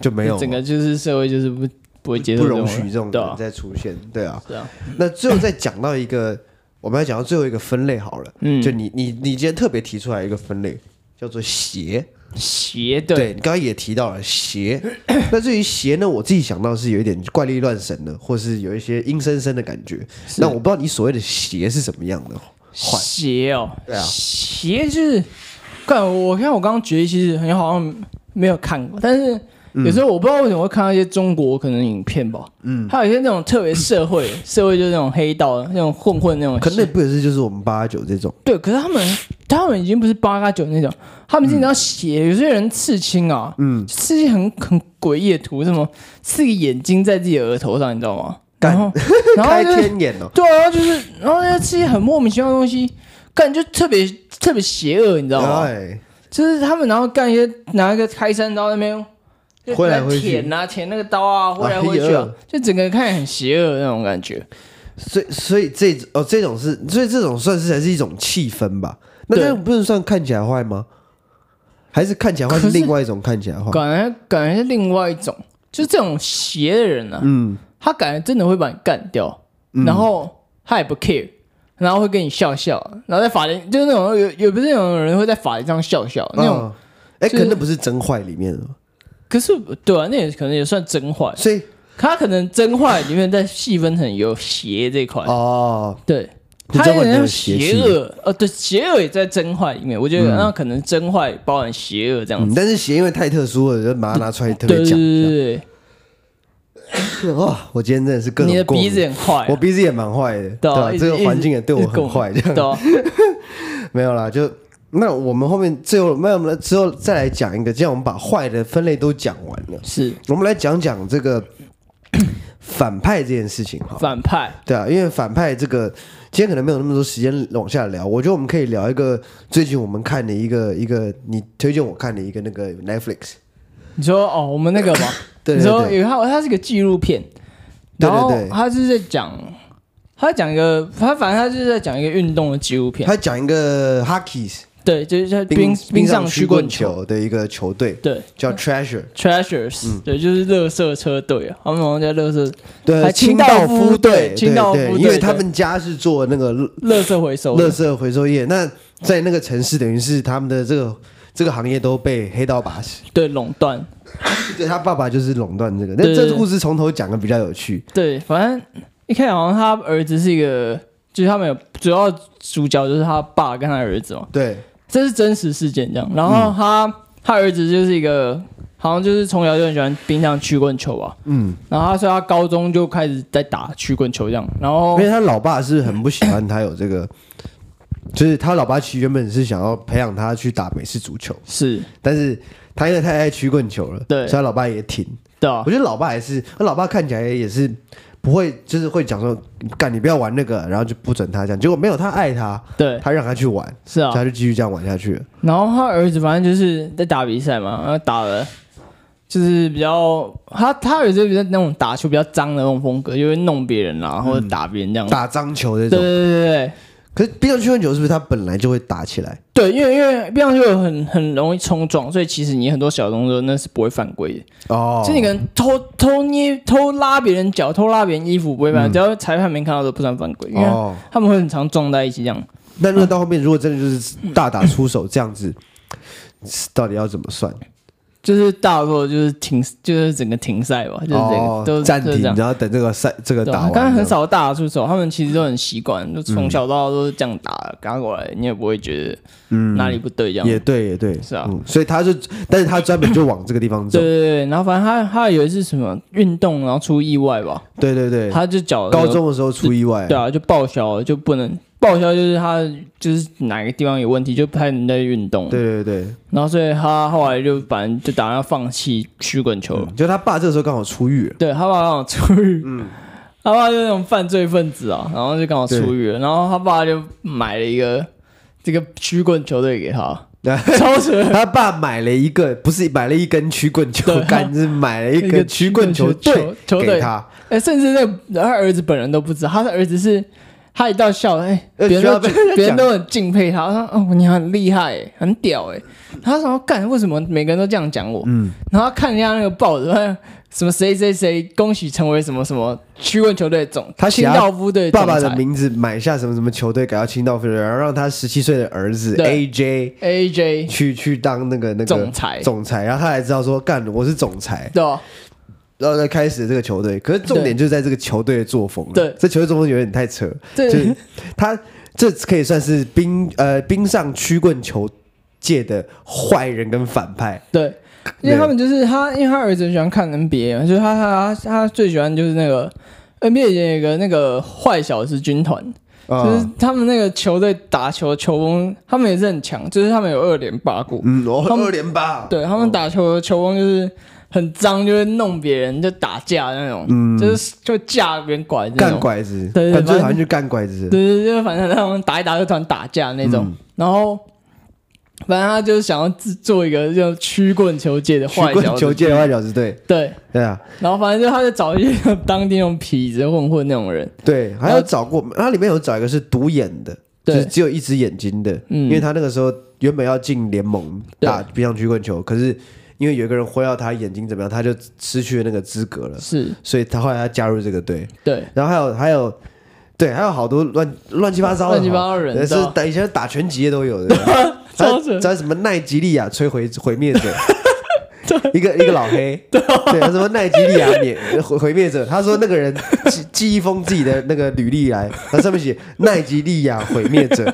[SPEAKER 1] 就没有
[SPEAKER 2] 整个就是社会就是不不会接受
[SPEAKER 1] 不
[SPEAKER 2] 这种
[SPEAKER 1] 容
[SPEAKER 2] 人
[SPEAKER 1] 许这种
[SPEAKER 2] 对
[SPEAKER 1] 人
[SPEAKER 2] 啊，
[SPEAKER 1] 再出现，对啊。
[SPEAKER 2] 是啊，
[SPEAKER 1] 那最后再讲到一个，我们要讲到最后一个分类好了，
[SPEAKER 2] 嗯
[SPEAKER 1] 就你你你今天特别提出来一个分类叫做邪，
[SPEAKER 2] 邪对，
[SPEAKER 1] 你刚刚也提到了邪。那至于邪呢，我自己想到是有一点怪力乱神的，或是有一些阴森森的感觉。那我不知道你所谓的邪是什么样的
[SPEAKER 2] 啊
[SPEAKER 1] 坏，
[SPEAKER 2] 邪哦，
[SPEAKER 1] 对啊
[SPEAKER 2] 邪就是，干我看我刚刚觉得其实好像好像没有看过，但是
[SPEAKER 1] 嗯
[SPEAKER 2] 有时候我不知道为什么会看到一些中国可能影片吧，嗯，还有一些那种特别社会社会就是那种黑道那种混混那种，
[SPEAKER 1] 可能也不也是就是我们八加九这种，
[SPEAKER 2] 对，可是他们他们已经不是八加九那种，他们经常写、有些人刺青啊，嗯，刺青很很诡异的图，什么刺个眼睛在自己的额头上，你知道吗？然 后然后
[SPEAKER 1] 开
[SPEAKER 2] 就是
[SPEAKER 1] 天眼哦、
[SPEAKER 2] 对啊，就是然后那些刺些很莫名其妙的东西，干就特别特别邪恶，你知道吗？
[SPEAKER 1] 哎，
[SPEAKER 2] 就是他们然后干一些拿一个开山刀在那边。就
[SPEAKER 1] 挥来挥去
[SPEAKER 2] 舔啊，舔那个刀啊，挥来挥去、
[SPEAKER 1] 哎
[SPEAKER 2] 啊
[SPEAKER 1] 呦，
[SPEAKER 2] 就整个看起来很邪恶的那种感觉。
[SPEAKER 1] 所以所以这哦这种是，所以这种算是还是一种气氛吧？那
[SPEAKER 2] 对
[SPEAKER 1] 这不能算看起来坏吗？还是看起来坏
[SPEAKER 2] 可
[SPEAKER 1] 是
[SPEAKER 2] 是
[SPEAKER 1] 另外一种看起来坏？
[SPEAKER 2] 感觉感觉是另外一种，就是这种邪的人啊，
[SPEAKER 1] 嗯，
[SPEAKER 2] 他感觉真的会把你干掉，然后他也不 care，然后会跟你笑笑，然后在法庭就是那种有有不是那种人会在法庭上笑笑那种，
[SPEAKER 1] 嗯哎、
[SPEAKER 2] 就是
[SPEAKER 1] 可能那不是真坏里面的，
[SPEAKER 2] 可是对啊，那也可能也算真坏，
[SPEAKER 1] 所以
[SPEAKER 2] 可他可能真坏里面再细分成有邪这块，
[SPEAKER 1] 哦，
[SPEAKER 2] 对。
[SPEAKER 1] 你
[SPEAKER 2] 他
[SPEAKER 1] 知道
[SPEAKER 2] 有
[SPEAKER 1] 为什么有
[SPEAKER 2] 点
[SPEAKER 1] 邪
[SPEAKER 2] 邪
[SPEAKER 1] 气
[SPEAKER 2] 恶，呃，对，邪恶也在真坏里面。我觉得那可能真坏包含邪恶这样
[SPEAKER 1] 嗯
[SPEAKER 2] 子。
[SPEAKER 1] 但是鞋因为太特殊了，就把它拿出来特
[SPEAKER 2] 哦对
[SPEAKER 1] 别
[SPEAKER 2] 对
[SPEAKER 1] 讲一下。
[SPEAKER 2] 对
[SPEAKER 1] 哦，我今天真的是各
[SPEAKER 2] 对，
[SPEAKER 1] 种
[SPEAKER 2] 你的
[SPEAKER 1] 过
[SPEAKER 2] 鼻
[SPEAKER 1] 敏
[SPEAKER 2] 子，很坏啊，
[SPEAKER 1] 我鼻子也蛮坏的，对
[SPEAKER 2] 对
[SPEAKER 1] 吧、
[SPEAKER 2] 啊，一
[SPEAKER 1] 这
[SPEAKER 2] 直
[SPEAKER 1] 个环境也对我很坏，
[SPEAKER 2] 一直
[SPEAKER 1] 这
[SPEAKER 2] 跟
[SPEAKER 1] 样
[SPEAKER 2] 我对啊，
[SPEAKER 1] 没有啦，就那我们后面最后，那我们之后再来讲一个，这样我们把坏的分类都讲完了，
[SPEAKER 2] 是
[SPEAKER 1] 我们来讲讲这个 反派这件事情哈。
[SPEAKER 2] 反派，
[SPEAKER 1] 对啊，因为反派这个今天可能没有那么多时间往下聊，我觉得我们可以聊一个最近我们看的一个一个你推荐我看的一个那个 Netflix，
[SPEAKER 2] 你说哦，我们那个嘛，
[SPEAKER 1] 对对
[SPEAKER 2] 你说
[SPEAKER 1] 对，
[SPEAKER 2] 有它，它是个纪录片，
[SPEAKER 1] 对对
[SPEAKER 2] 然后
[SPEAKER 1] 对
[SPEAKER 2] 它就是在讲，它讲一个，它反正它就是在讲一个运动的纪录片，
[SPEAKER 1] 他讲一个 Hockey
[SPEAKER 2] 对，就是在
[SPEAKER 1] 冰
[SPEAKER 2] 冰
[SPEAKER 1] 上
[SPEAKER 2] 上
[SPEAKER 1] 曲
[SPEAKER 2] 曲
[SPEAKER 1] 棍
[SPEAKER 2] 棍球，
[SPEAKER 1] 球的一个球队
[SPEAKER 2] 对
[SPEAKER 1] 叫 Treasure，嗯
[SPEAKER 2] ，Treasures，对，就是乐色车队啊，他们好像叫乐色
[SPEAKER 1] 对，
[SPEAKER 2] 还
[SPEAKER 1] 清
[SPEAKER 2] 清
[SPEAKER 1] 道
[SPEAKER 2] 道
[SPEAKER 1] 夫队，
[SPEAKER 2] 夫队
[SPEAKER 1] 对
[SPEAKER 2] 清道夫
[SPEAKER 1] 对
[SPEAKER 2] 队
[SPEAKER 1] 因为
[SPEAKER 2] 对
[SPEAKER 1] 他们家是做那个
[SPEAKER 2] 乐色回收
[SPEAKER 1] 垃
[SPEAKER 2] 的，
[SPEAKER 1] 圾回收业，那在那个城市等于是他们的这个这个行业都被黑道把持，
[SPEAKER 2] 对，垄断，
[SPEAKER 1] 对他爸爸就是垄断这个。那
[SPEAKER 2] 对
[SPEAKER 1] 这
[SPEAKER 2] 对
[SPEAKER 1] 故事从头讲的比较有趣，
[SPEAKER 2] 对，反正一开始好像他儿子是一个，就是他们有主要主角就是他爸跟他儿子嘛，
[SPEAKER 1] 对，
[SPEAKER 2] 这是真实事件这样。然
[SPEAKER 1] 嗯
[SPEAKER 2] 后他、他儿子就是一个，好像就是从小就很喜欢冰上曲棍球吧。
[SPEAKER 1] 嗯，
[SPEAKER 2] 然后他说他高中就开始在打曲棍球这样。然
[SPEAKER 1] 因
[SPEAKER 2] 后
[SPEAKER 1] 为他老爸是很不喜欢他有这个。就是他老爸其实原本是想要培养他去打美式足球，
[SPEAKER 2] 是
[SPEAKER 1] 但是他因为太爱曲棍球了，
[SPEAKER 2] 对
[SPEAKER 1] 所以他老爸也挺。
[SPEAKER 2] 对啊
[SPEAKER 1] 我，觉得老爸也是，我老爸看起来也是不会，就是会讲说，干你不要玩那个，然后就不准他这样。结果没有，他爱他，
[SPEAKER 2] 对，
[SPEAKER 1] 他让他去玩，
[SPEAKER 2] 是啊
[SPEAKER 1] 所以。他就继续这样玩下去了。
[SPEAKER 2] 然后他儿子反正就是在打比赛嘛，然后打了。就是比较他他儿子比较那种打球比较脏的那种风格，就会弄别人啦，或者打别人这样。
[SPEAKER 1] 嗯打脏球这
[SPEAKER 2] 嗯对对
[SPEAKER 1] 种。
[SPEAKER 2] 对对对
[SPEAKER 1] 可是冰上曲棍球是不是他本来就会打起来？
[SPEAKER 2] 对，因为因为乒乓球很很容易冲撞，所以其实你很多小动作那是不会犯规的。
[SPEAKER 1] 哦
[SPEAKER 2] 就你可能偷偷捏、偷拉别人脚、偷拉别人衣服不会犯规，只要裁判没看到都不算犯规，因为
[SPEAKER 1] 嗯哦，
[SPEAKER 2] 他们会很常撞在一起这样。
[SPEAKER 1] 那如果到后面如果真的就是大打出手这样子，到底要怎么算？
[SPEAKER 2] 就是大过就是停，就是整个停赛吧，就是整个、
[SPEAKER 1] 哦
[SPEAKER 2] 都
[SPEAKER 1] 暂
[SPEAKER 2] 都是
[SPEAKER 1] 停
[SPEAKER 2] 这，样。
[SPEAKER 1] 然后等这个赛这个
[SPEAKER 2] 对
[SPEAKER 1] 打
[SPEAKER 2] 啊
[SPEAKER 1] 完。，嗯
[SPEAKER 2] 刚刚很
[SPEAKER 1] 这样
[SPEAKER 2] 少大打出手，他们其实都很习惯，就从小到大都是这样打的，打过来你也不会觉得哪里不对这样。
[SPEAKER 1] 嗯也对，也对，
[SPEAKER 2] 是啊
[SPEAKER 1] 嗯，所以他就，但是他专门就往这个地方走
[SPEAKER 2] 对对，对，然后反正他他有一次什么运动，然后出意外吧，
[SPEAKER 1] 对对对，
[SPEAKER 2] 他就脚
[SPEAKER 1] 高中的时候出意外，
[SPEAKER 2] 对啊就报销了，就不能报销，就是他就是哪个地方有问题，就不太能再运动。
[SPEAKER 1] 对对对，
[SPEAKER 2] 然后所以他后来就反正就打算放弃曲棍球了。
[SPEAKER 1] 嗯就他爸这时候刚好出狱 了，
[SPEAKER 2] 对他爸刚好出狱，他爸就是那种犯罪分子啊，然后就刚好出狱了，然后他爸就买了一个这个曲棍球队给他， 超扯，
[SPEAKER 1] 他爸买了一个，不是买了一根曲棍球
[SPEAKER 2] 对
[SPEAKER 1] 杆，是买了一
[SPEAKER 2] 一
[SPEAKER 1] 个
[SPEAKER 2] 个
[SPEAKER 1] 曲棍球
[SPEAKER 2] 曲
[SPEAKER 1] 队
[SPEAKER 2] 棍球球队
[SPEAKER 1] 给他，
[SPEAKER 2] 哎，甚至那个他儿子本人都不知道，他的儿子是。他一到校，哎、
[SPEAKER 1] 呃
[SPEAKER 2] 别人
[SPEAKER 1] 需要
[SPEAKER 2] 都
[SPEAKER 1] 被人家
[SPEAKER 2] 别
[SPEAKER 1] 讲
[SPEAKER 2] 人都很敬佩他，他说：“哦，你很厉害、哎很屌哎、他说：“干，为什么每个人都这样讲我？”
[SPEAKER 1] 嗯，
[SPEAKER 2] 然后他看人家那个报纸，发现什么谁谁谁恭喜成为什么什么曲棍球队总，
[SPEAKER 1] 他写
[SPEAKER 2] 清
[SPEAKER 1] 他
[SPEAKER 2] 道夫队
[SPEAKER 1] 爸爸
[SPEAKER 2] 总
[SPEAKER 1] 的
[SPEAKER 2] 裁
[SPEAKER 1] 名字买下什么什么球队给到清道夫人，然后让他十七岁的儿子
[SPEAKER 2] 对
[SPEAKER 1] AJ
[SPEAKER 2] AJ
[SPEAKER 1] 去去当那个那个
[SPEAKER 2] 总裁
[SPEAKER 1] 总裁，然后他才知道说干我是总裁，
[SPEAKER 2] 对吧？
[SPEAKER 1] 然后再开始这个球队。可是重点就在这个球队的作风了，
[SPEAKER 2] 对
[SPEAKER 1] 这球队作风有点太 扯，
[SPEAKER 2] 对
[SPEAKER 1] 就是他这可以算是冰呃冰上曲棍球界的坏人跟反派，
[SPEAKER 2] 对，因为他们就是他，因为他儿子很喜欢看 NBA，嘛就是他他他他最喜欢就是那个 NBA 以前有一个那个坏小子军团，
[SPEAKER 1] 啊
[SPEAKER 2] 就是他们那个球队打球球风，他们也是很强，就是他们有二连八过，
[SPEAKER 1] 嗯，我
[SPEAKER 2] 他们
[SPEAKER 1] 二连八，
[SPEAKER 2] 对他们打球的球风就是。很脏，就会弄别人，就打架那种，就是就架别人拐那
[SPEAKER 1] 嗯干
[SPEAKER 2] 种。
[SPEAKER 1] 拐子，
[SPEAKER 2] 对对
[SPEAKER 1] 感觉
[SPEAKER 2] 反正
[SPEAKER 1] 好像就干拐子，嗯
[SPEAKER 2] 对对对，反正他们打一打就突然打架那种，然后反正他就是想要制做一个就曲棍球界的
[SPEAKER 1] 曲
[SPEAKER 2] 坏小
[SPEAKER 1] 棍
[SPEAKER 2] 子
[SPEAKER 1] 球界的坏小子队，
[SPEAKER 2] 对，
[SPEAKER 1] 对啊，
[SPEAKER 2] 然后反正就他就找一些当地那种痞子混混那种人，
[SPEAKER 1] 对，还有找过，它里面有找一个是独眼的，就
[SPEAKER 2] 对
[SPEAKER 1] 是只有一只眼睛的，
[SPEAKER 2] 嗯
[SPEAKER 1] 因为他那个时候原本要进联盟
[SPEAKER 2] 对
[SPEAKER 1] 打冰上曲棍球，可是因为有一个人挥到他眼睛怎么样，他就失去了那个资格了，
[SPEAKER 2] 是
[SPEAKER 1] 所以他后来他加入这个队，
[SPEAKER 2] 对
[SPEAKER 1] 然后还有还有。对，还有好多乱乱七八糟的
[SPEAKER 2] 乱七八糟的人
[SPEAKER 1] 对是
[SPEAKER 2] 对啊
[SPEAKER 1] 打以前打拳击的都有的， 他
[SPEAKER 2] 超扯
[SPEAKER 1] 他什么奈吉利亚摧毁毁灭者， 一个一个老黑，对，他什么奈吉利亚灭毁毁灭者，他说那个人寄寄一封自己的那个履历来，他上面写奈吉利亚毁灭 者，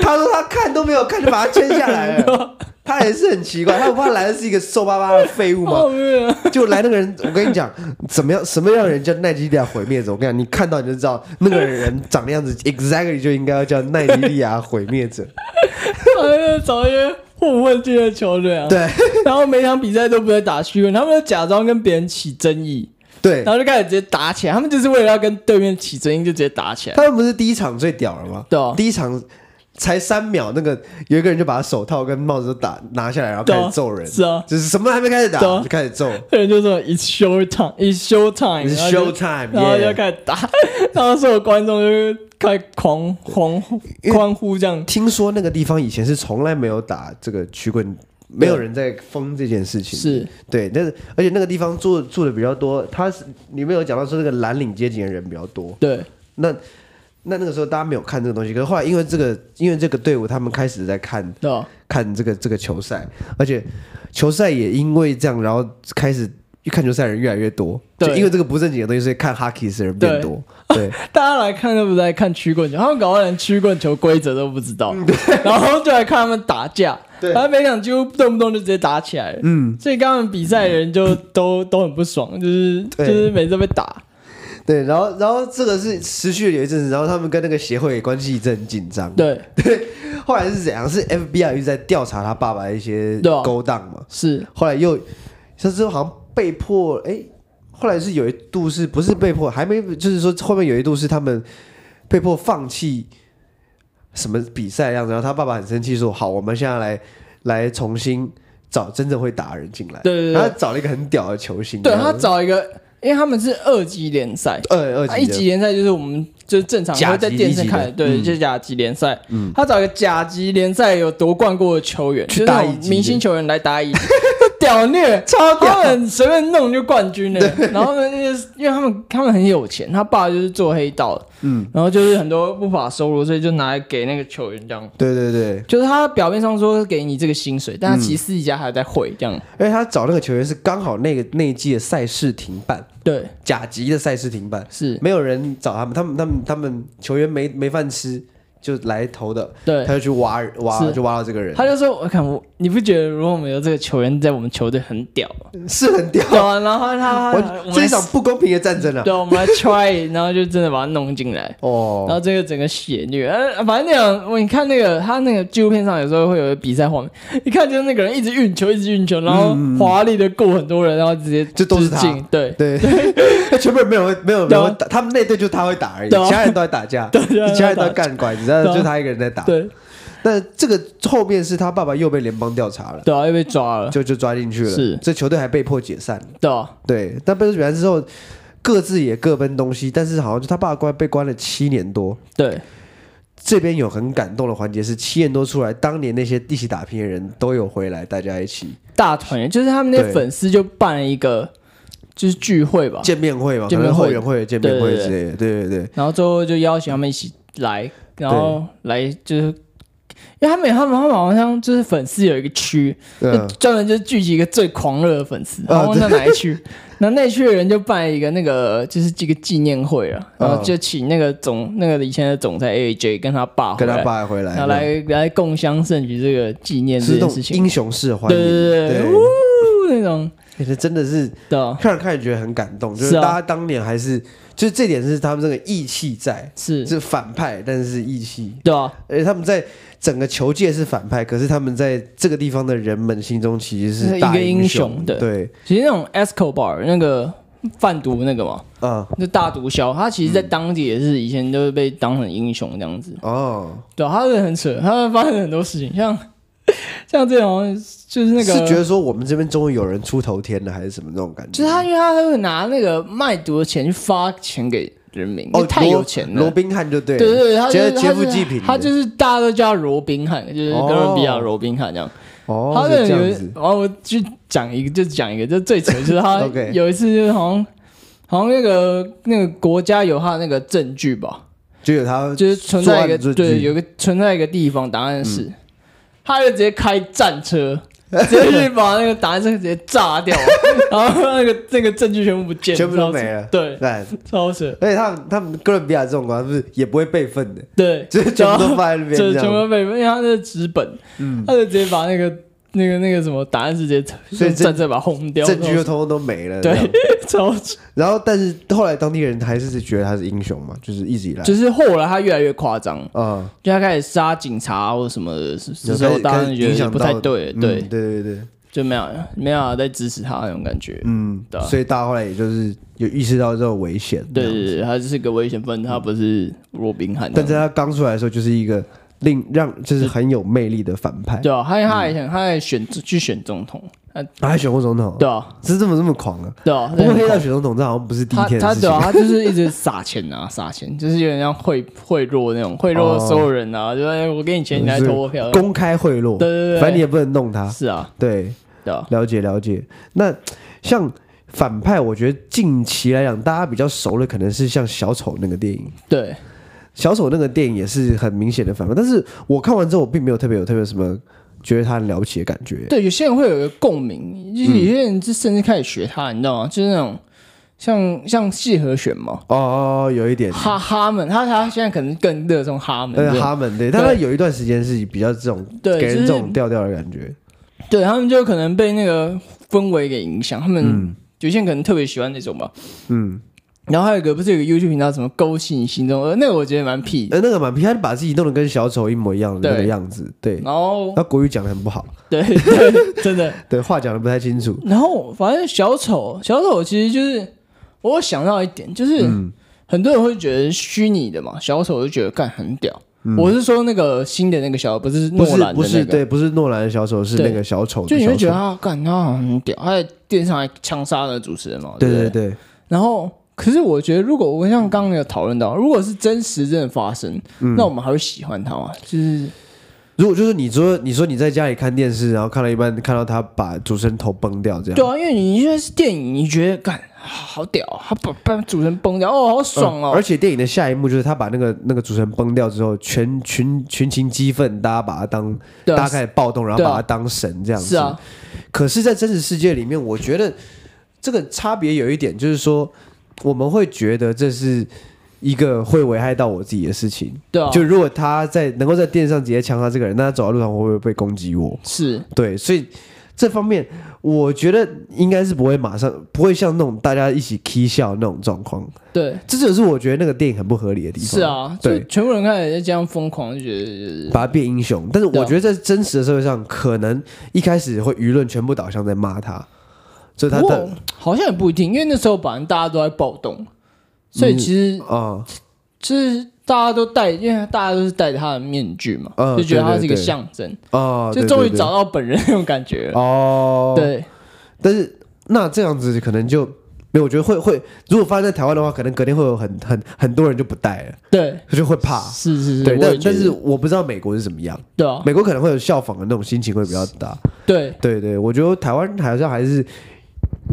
[SPEAKER 1] 他说他看都没有看就把他签下来 了，他也是很奇怪，他不怕来的是一个瘦巴巴的废物吗
[SPEAKER 2] 后？面啊
[SPEAKER 1] 就来那个人，我跟你讲，怎么样，什么样的人叫奈吉利亚毁灭者？我跟你讲，你看到你就知道，那个人长那样子，exactly 就应该要叫奈吉利亚毁灭者。
[SPEAKER 2] 反正就找一些混混界的球队啊，
[SPEAKER 1] 对
[SPEAKER 2] 然后每场比赛都不会打虚棍，他们就假装跟别人起争议，
[SPEAKER 1] 对
[SPEAKER 2] 然，后就开始直接打起来，他们就是为了要跟对面起争议就直接打起来，
[SPEAKER 1] 他们不是第一场最屌了吗？
[SPEAKER 2] 对啊
[SPEAKER 1] 第一场才三秒，那个有一个人就把他手套跟帽子都打拿下来，然后
[SPEAKER 2] 对
[SPEAKER 1] 开
[SPEAKER 2] 啊
[SPEAKER 1] 始揍人，
[SPEAKER 2] 是啊
[SPEAKER 1] 就是什么都还没开始打
[SPEAKER 2] 对啊
[SPEAKER 1] 就开始揍。
[SPEAKER 2] 那 人就说 It's show time, It's show time,
[SPEAKER 1] It's
[SPEAKER 2] 然后就
[SPEAKER 1] show time，
[SPEAKER 2] 然后
[SPEAKER 1] yeah
[SPEAKER 2] 就开始打，然后所有观众就开始狂狂
[SPEAKER 1] 因为
[SPEAKER 2] 欢呼这样，
[SPEAKER 1] 听说那个地方以前是从来没有打这个曲棍，没有人在封这件事情。
[SPEAKER 2] 是
[SPEAKER 1] 对，但是而且那个地方住住的比较多，他是里面有讲到说这个蓝领阶级的人比较多。
[SPEAKER 2] 对
[SPEAKER 1] 那那那个时候大家没有看这个东西，可是后来因为这个因为这个队伍他们开始在看
[SPEAKER 2] 对吧？
[SPEAKER 1] 看这个这个球赛，而且球赛也因为这样，然后开始看球赛的人越来越多，
[SPEAKER 2] 对
[SPEAKER 1] 就因为这个不正经的东西，所以看 hockey 的人变多，对，
[SPEAKER 2] 大家来看都不是在看曲棍球，他们搞不好连曲棍球规则都不知道，然后就来看他们打架，
[SPEAKER 1] 嗯对
[SPEAKER 2] 然后每场几乎动不动就直接打起来了，
[SPEAKER 1] 嗯，
[SPEAKER 2] 所以跟他们比赛的人就都都很不爽，就是就
[SPEAKER 1] 对
[SPEAKER 2] 是每次都被打，
[SPEAKER 1] 对，然后然后这个是持续了有一阵子，然后他们跟那个协会关系一阵很紧张，，
[SPEAKER 2] 对，
[SPEAKER 1] 后来是怎样？是 FBI 一直在调查他爸爸的一些
[SPEAKER 2] 对啊
[SPEAKER 1] 勾当嘛，
[SPEAKER 2] 是，
[SPEAKER 1] 后来又，他之后好像被迫，哎、后来是有一度是不是被迫，还没就是说后面有一度是他们被迫放弃什么比赛样子，然后他爸爸很生气说：“好，我们现在来来重新找真正会打的人进来。”
[SPEAKER 2] 对对对
[SPEAKER 1] 然后他找了一个很屌的球星，
[SPEAKER 2] 对
[SPEAKER 1] 然后
[SPEAKER 2] 他找一个，因为他们是二级联赛，
[SPEAKER 1] 二二
[SPEAKER 2] 啊，
[SPEAKER 1] 级
[SPEAKER 2] 一
[SPEAKER 1] 的
[SPEAKER 2] 级联赛就是我们就是正常
[SPEAKER 1] 甲
[SPEAKER 2] 会在
[SPEAKER 1] 级
[SPEAKER 2] 电
[SPEAKER 1] 一
[SPEAKER 2] 视
[SPEAKER 1] 级的
[SPEAKER 2] 看，对，
[SPEAKER 1] 嗯
[SPEAKER 2] 就是甲级联赛。他找一个甲级联赛有夺冠过的球员，就
[SPEAKER 1] 去
[SPEAKER 2] 是
[SPEAKER 1] 打
[SPEAKER 2] 那
[SPEAKER 1] 乙级
[SPEAKER 2] 种明星球员来打乙级，屌虐，
[SPEAKER 1] 超屌
[SPEAKER 2] 他们随便弄就冠军了。然后呢，就是因为他们他们很有钱，他爸就是做黑道的，嗯，然后就是很多不法收入，所以就拿来给那个球员这样。
[SPEAKER 1] 对对对，
[SPEAKER 2] 就是他表面上说给你这个薪水，
[SPEAKER 1] 嗯
[SPEAKER 2] 但他其实私底下还在汇这样。
[SPEAKER 1] 而且他找那个球员是刚好那个那一季的赛事停办，
[SPEAKER 2] 对，
[SPEAKER 1] 甲级的赛事停办，
[SPEAKER 2] 是，
[SPEAKER 1] 没有人找他们，他们他们他们球员没没饭吃，就来投的，
[SPEAKER 2] 对
[SPEAKER 1] 他，就去挖挖，
[SPEAKER 2] 是
[SPEAKER 1] 就挖到这个人，
[SPEAKER 2] 他就说：“我看我，你不觉得如果我们有这个球员在我们球队很屌吗？
[SPEAKER 1] 是很 屌，
[SPEAKER 2] 对啊，然后他
[SPEAKER 1] 完
[SPEAKER 2] 我们
[SPEAKER 1] 这
[SPEAKER 2] 来
[SPEAKER 1] 一场不公平的战争啊！
[SPEAKER 2] 对，我们来 try，然后就真的把他弄进来。”然
[SPEAKER 1] 哦，
[SPEAKER 2] 后这个整个血虐，呃，反正那样，我你看那个他那个纪录片上有时候会有比赛画面，一看就是那个人一直运球，一直运球，然后华丽的过很多人，然后直接
[SPEAKER 1] 嗯这都是他
[SPEAKER 2] 直进，对，
[SPEAKER 1] 对， 全部人没有人没有
[SPEAKER 2] 对啊
[SPEAKER 1] 人会打，他们那队就他会打而已，
[SPEAKER 2] 对啊
[SPEAKER 1] 其他人都在打架，
[SPEAKER 2] 对啊
[SPEAKER 1] 其他人都在干拐子，但
[SPEAKER 2] 对
[SPEAKER 1] 是
[SPEAKER 2] 啊
[SPEAKER 1] 就他一个人在打。
[SPEAKER 2] 对，
[SPEAKER 1] 那这个后面是他爸爸又被联邦调查了，
[SPEAKER 2] 对啊，又被抓了，
[SPEAKER 1] 就就抓进去了，
[SPEAKER 2] 是
[SPEAKER 1] 这球队还被迫解散。
[SPEAKER 2] 对啊，
[SPEAKER 1] 对，但被解散之后，各自也各奔东西，但是好像就他爸关被关了七年多。
[SPEAKER 2] 对，
[SPEAKER 1] 这边有很感动的环节是七年多出来，当年那些一起打拼的人都有回来，大家一起
[SPEAKER 2] 大团圆就是他们那些
[SPEAKER 1] 对
[SPEAKER 2] 粉丝就办了一个就是聚会吧，
[SPEAKER 1] 见面会嘛，
[SPEAKER 2] 见面
[SPEAKER 1] 可能
[SPEAKER 2] 会
[SPEAKER 1] 后援会、见面会之类的，对对对，
[SPEAKER 2] 然后最后就邀请他们一起来，然后来就是，因为他们他们他们好像就是粉丝有一个区，就
[SPEAKER 1] 嗯，
[SPEAKER 2] 专门就聚集一个最狂热的粉丝，
[SPEAKER 1] 啊
[SPEAKER 2] 然后那哪 一区？ 那那区的人就办一个那个就是几个纪念会啊，然后就请那个总那个以前的总裁 AJ 跟他爸回
[SPEAKER 1] 跟他
[SPEAKER 2] 来，
[SPEAKER 1] 爸也回来，
[SPEAKER 2] 然后来来共襄盛举这个纪念
[SPEAKER 1] 是
[SPEAKER 2] 这
[SPEAKER 1] 那
[SPEAKER 2] 件事
[SPEAKER 1] 种
[SPEAKER 2] 情，
[SPEAKER 1] 英雄式的欢
[SPEAKER 2] 对
[SPEAKER 1] 迎，
[SPEAKER 2] 对对，
[SPEAKER 1] 对
[SPEAKER 2] 呜那种
[SPEAKER 1] 欸这真的是
[SPEAKER 2] 的，
[SPEAKER 1] 看着看着觉得很感动，就是
[SPEAKER 2] 是啊
[SPEAKER 1] 大家当年还是，就是这点是他们这个义气在，
[SPEAKER 2] 是，
[SPEAKER 1] 是反派，但是是义气，
[SPEAKER 2] 对啊，
[SPEAKER 1] 而且他们在整个球界是反派，可是他们在这个地方的人们心中其实
[SPEAKER 2] 是
[SPEAKER 1] 是
[SPEAKER 2] 一
[SPEAKER 1] 大
[SPEAKER 2] 个英
[SPEAKER 1] 雄
[SPEAKER 2] 雄对
[SPEAKER 1] 对，
[SPEAKER 2] 其实那种 Escobar 那个贩毒那个嘛，
[SPEAKER 1] 啊、
[SPEAKER 2] 就大毒枭，他其实，在当地也是以前都是被当成英雄这样子。
[SPEAKER 1] 哦，
[SPEAKER 2] 对啊，他是很扯，他发生很多事情，像像这种就是那个，
[SPEAKER 1] 是觉得说我们这边终于有人出头天了，还是什么那种感觉？
[SPEAKER 2] 就是他，因为他会拿那个卖毒的钱去发钱给人民，因
[SPEAKER 1] 哦，
[SPEAKER 2] 为太有钱
[SPEAKER 1] 罗
[SPEAKER 2] 了。
[SPEAKER 1] 宾汉就对
[SPEAKER 2] 对
[SPEAKER 1] 了，
[SPEAKER 2] 对对，他就
[SPEAKER 1] 觉
[SPEAKER 2] 是
[SPEAKER 1] 得劫富
[SPEAKER 2] 他是
[SPEAKER 1] 济贫的，
[SPEAKER 2] 他就是大家都叫他罗宾汉，就是
[SPEAKER 1] 哦
[SPEAKER 2] 哥伦比亚罗宾汉这样。
[SPEAKER 1] 哦，
[SPEAKER 2] 他
[SPEAKER 1] 是
[SPEAKER 2] 那
[SPEAKER 1] 这
[SPEAKER 2] 有一
[SPEAKER 1] 样子，，
[SPEAKER 2] 然后我就讲一个，就讲一个，就最扯就是他
[SPEAKER 1] OK
[SPEAKER 2] 有一次就是好像好像那个那个国家有他那个证据吧，
[SPEAKER 1] 就有他
[SPEAKER 2] 就是存在
[SPEAKER 1] 作
[SPEAKER 2] 一个
[SPEAKER 1] 案证据
[SPEAKER 2] 对，有个存在一个地方，答案是，
[SPEAKER 1] 嗯
[SPEAKER 2] 他就直接开 战车，直接去把那个答案车直接炸掉， 然后那个那个证据全部不见，
[SPEAKER 1] 全部都
[SPEAKER 2] 超扯
[SPEAKER 1] 没了
[SPEAKER 2] 对，
[SPEAKER 1] 对，
[SPEAKER 2] 超扯，
[SPEAKER 1] 而且他们他们哥伦比亚这种国啊家是不是也不会备份的，
[SPEAKER 2] 对，
[SPEAKER 1] 就是全部都放在那边
[SPEAKER 2] 这
[SPEAKER 1] 这
[SPEAKER 2] 全
[SPEAKER 1] 样，
[SPEAKER 2] 部被，因为他那是纸本，
[SPEAKER 1] 嗯
[SPEAKER 2] 他就直接把那个那个那个什么答案是直接
[SPEAKER 1] 所以
[SPEAKER 2] 用
[SPEAKER 1] 这
[SPEAKER 2] 战车把它轰掉，
[SPEAKER 1] 证据又通通都没了。哎
[SPEAKER 2] 对
[SPEAKER 1] 这样，
[SPEAKER 2] 超扯，
[SPEAKER 1] 然后但是后来当地人还是觉得他是英雄嘛，就是一直以来
[SPEAKER 2] 就是后来他越来越夸张。
[SPEAKER 1] 啊，
[SPEAKER 2] 就他开始杀警察或什么的
[SPEAKER 1] 有
[SPEAKER 2] 时
[SPEAKER 1] 时
[SPEAKER 2] 候，
[SPEAKER 1] 候
[SPEAKER 2] 当然觉得不太对了，对
[SPEAKER 1] 嗯
[SPEAKER 2] 嗯
[SPEAKER 1] 对，对对，
[SPEAKER 2] 就没有没有在支持他那种感觉。
[SPEAKER 1] 嗯
[SPEAKER 2] 对啊，
[SPEAKER 1] 所以大家后来也就是有意识到这种危险。
[SPEAKER 2] 对
[SPEAKER 1] 这样
[SPEAKER 2] 对对，他就是个危险分子，他不是罗宾汉。
[SPEAKER 1] 但是他刚出来的时候就是一个令让就是很有魅力的反派，
[SPEAKER 2] 对啊，他他
[SPEAKER 1] 嗯
[SPEAKER 2] 还想，他还选去选总统，他
[SPEAKER 1] 他还选过总统，
[SPEAKER 2] 对啊，
[SPEAKER 1] 是这么这么狂啊！
[SPEAKER 2] 对啊，
[SPEAKER 1] 不过黑道选总统这好像不是第一
[SPEAKER 2] 他
[SPEAKER 1] 天的
[SPEAKER 2] 他
[SPEAKER 1] 事
[SPEAKER 2] 对
[SPEAKER 1] 情
[SPEAKER 2] 啊，，他就是一直撒钱啊，撒钱，就是有点像贿贿赂那种，贿赂所有人啊，就是哎我给你钱，你来投我票。
[SPEAKER 1] 哦公开贿赂，
[SPEAKER 2] 对对对
[SPEAKER 1] 反正你也不能弄他，
[SPEAKER 2] 是啊，
[SPEAKER 1] 对。
[SPEAKER 2] 对啊，
[SPEAKER 1] 了解了解。那像反派，我觉得近期来讲，大家比较熟的可能是像小丑那个电影。
[SPEAKER 2] 对，
[SPEAKER 1] 小丑那个电影也是很明显的反派，但是我看完之后，我并没有特别有特别什么觉得他很了不起的感觉。
[SPEAKER 2] 对，有些人会有一个共鸣，
[SPEAKER 1] 嗯
[SPEAKER 2] 就是有些人就甚至开始学他，你知道吗？就是那种像像谢和弦嘛，
[SPEAKER 1] 哦哦，有一点，
[SPEAKER 2] 哈哈们，他他现在可能更热衷哈们，
[SPEAKER 1] 但
[SPEAKER 2] 对
[SPEAKER 1] 是哈们对，但他有一段时间是比较这种
[SPEAKER 2] 对
[SPEAKER 1] 给人
[SPEAKER 2] 就是
[SPEAKER 1] 这种调调的感觉。
[SPEAKER 2] 对他们就可能被那个氛围给影响，他们有些人可能特别喜欢那种吧。
[SPEAKER 1] 嗯，
[SPEAKER 2] 然后还有一个不是有个 YouTube 频道什么勾起你心中，呃，那个我觉得蛮屁的。
[SPEAKER 1] 呃，那个蛮皮，他把自己弄得跟小丑一模一样的那个
[SPEAKER 2] 对哦
[SPEAKER 1] 样子。对，
[SPEAKER 2] 然后
[SPEAKER 1] 他国语讲的很不好，
[SPEAKER 2] 对对，真的。
[SPEAKER 1] 对话嗯讲的不太清楚。
[SPEAKER 2] 然后反正小丑，小丑其实就是我有想到一点，就是、
[SPEAKER 1] 嗯
[SPEAKER 2] 很多人会觉得虚拟的嘛，小丑就觉得干很屌。我是说那个新的那个小丑，不是
[SPEAKER 1] 嗯不
[SPEAKER 2] 诺
[SPEAKER 1] 是
[SPEAKER 2] 兰的那个，
[SPEAKER 1] 不是，对，不是诺兰的小丑，是
[SPEAKER 2] 对
[SPEAKER 1] 那个小丑的
[SPEAKER 2] 就你会
[SPEAKER 1] 小
[SPEAKER 2] 觉得
[SPEAKER 1] 丑
[SPEAKER 2] 他干他好像很屌，他在电视上还枪杀了主持人嘛，
[SPEAKER 1] 对
[SPEAKER 2] 不
[SPEAKER 1] 对对，
[SPEAKER 2] 然后，可是我觉得，如果我像
[SPEAKER 1] 嗯
[SPEAKER 2] 刚刚有讨论到，如果是真实真的发生，那我们还会喜欢他吗？就是
[SPEAKER 1] 如果就是你说你说你在家里看电视，然后看到一半看到他把主持人头崩掉这样，
[SPEAKER 2] 对啊，因为你因为是电影，你觉得干好屌啊，他把把主人崩掉，哦，好爽
[SPEAKER 1] 嗯而
[SPEAKER 2] 哦。
[SPEAKER 1] 且电影的下一幕就是他把那个那个主持人崩掉之后，全群群情激愤，大家把他当、
[SPEAKER 2] 对啊
[SPEAKER 1] 大家开始暴动，然后
[SPEAKER 2] 对啊
[SPEAKER 1] 把他当神这样子。
[SPEAKER 2] 是啊，
[SPEAKER 1] 可是，在真实世界里面，我觉得这个差别有一点，就是说我们会觉得这是一个会危害到我自己的事情。
[SPEAKER 2] 对啊，
[SPEAKER 1] 就如果他在能够在电视上直接枪杀这个人，那他走在路上会不会被攻击我？
[SPEAKER 2] 是
[SPEAKER 1] 对，所以这方面我觉得应该是不会马上不会像那种大家一起 k 笑那种状况。
[SPEAKER 2] 对，
[SPEAKER 1] 这就是我觉得那个电影很不合理的地方。
[SPEAKER 2] 是，啊，就
[SPEAKER 1] 对
[SPEAKER 2] 全部人开始这样疯狂，就觉得
[SPEAKER 1] 把他变英雄，但是
[SPEAKER 2] 对
[SPEAKER 1] 我
[SPEAKER 2] 啊
[SPEAKER 1] 觉得在真实的社会上，可能一开始会舆论全部导向在骂他，所以他
[SPEAKER 2] 不过
[SPEAKER 1] 的
[SPEAKER 2] 好像也不一定，因为那时候反正大家都在暴动，所以其实
[SPEAKER 1] 啊、
[SPEAKER 2] 就是大家都戴，因为大家都是戴着他的面具嘛，
[SPEAKER 1] 嗯
[SPEAKER 2] 就觉得他
[SPEAKER 1] 对对
[SPEAKER 2] 是一个
[SPEAKER 1] 对
[SPEAKER 2] 象征，
[SPEAKER 1] 啊，
[SPEAKER 2] 就
[SPEAKER 1] 对
[SPEAKER 2] 终于
[SPEAKER 1] 对对
[SPEAKER 2] 找到本人那种感觉了。
[SPEAKER 1] 哦，，
[SPEAKER 2] 对，
[SPEAKER 1] 但是那这样子可能就没有，我觉得会会，如果发生在台湾的话，可能隔天会有很很很多人就不戴了，
[SPEAKER 2] 对，
[SPEAKER 1] 就会怕。
[SPEAKER 2] 是是是，
[SPEAKER 1] 对，
[SPEAKER 2] 我也
[SPEAKER 1] 但
[SPEAKER 2] 觉
[SPEAKER 1] 但
[SPEAKER 2] 得
[SPEAKER 1] 是我不知道美国是什么样，
[SPEAKER 2] 对啊，
[SPEAKER 1] 美国可能会有效仿的那种心情会比较大。
[SPEAKER 2] 对，
[SPEAKER 1] 对对，我觉得台湾好像还是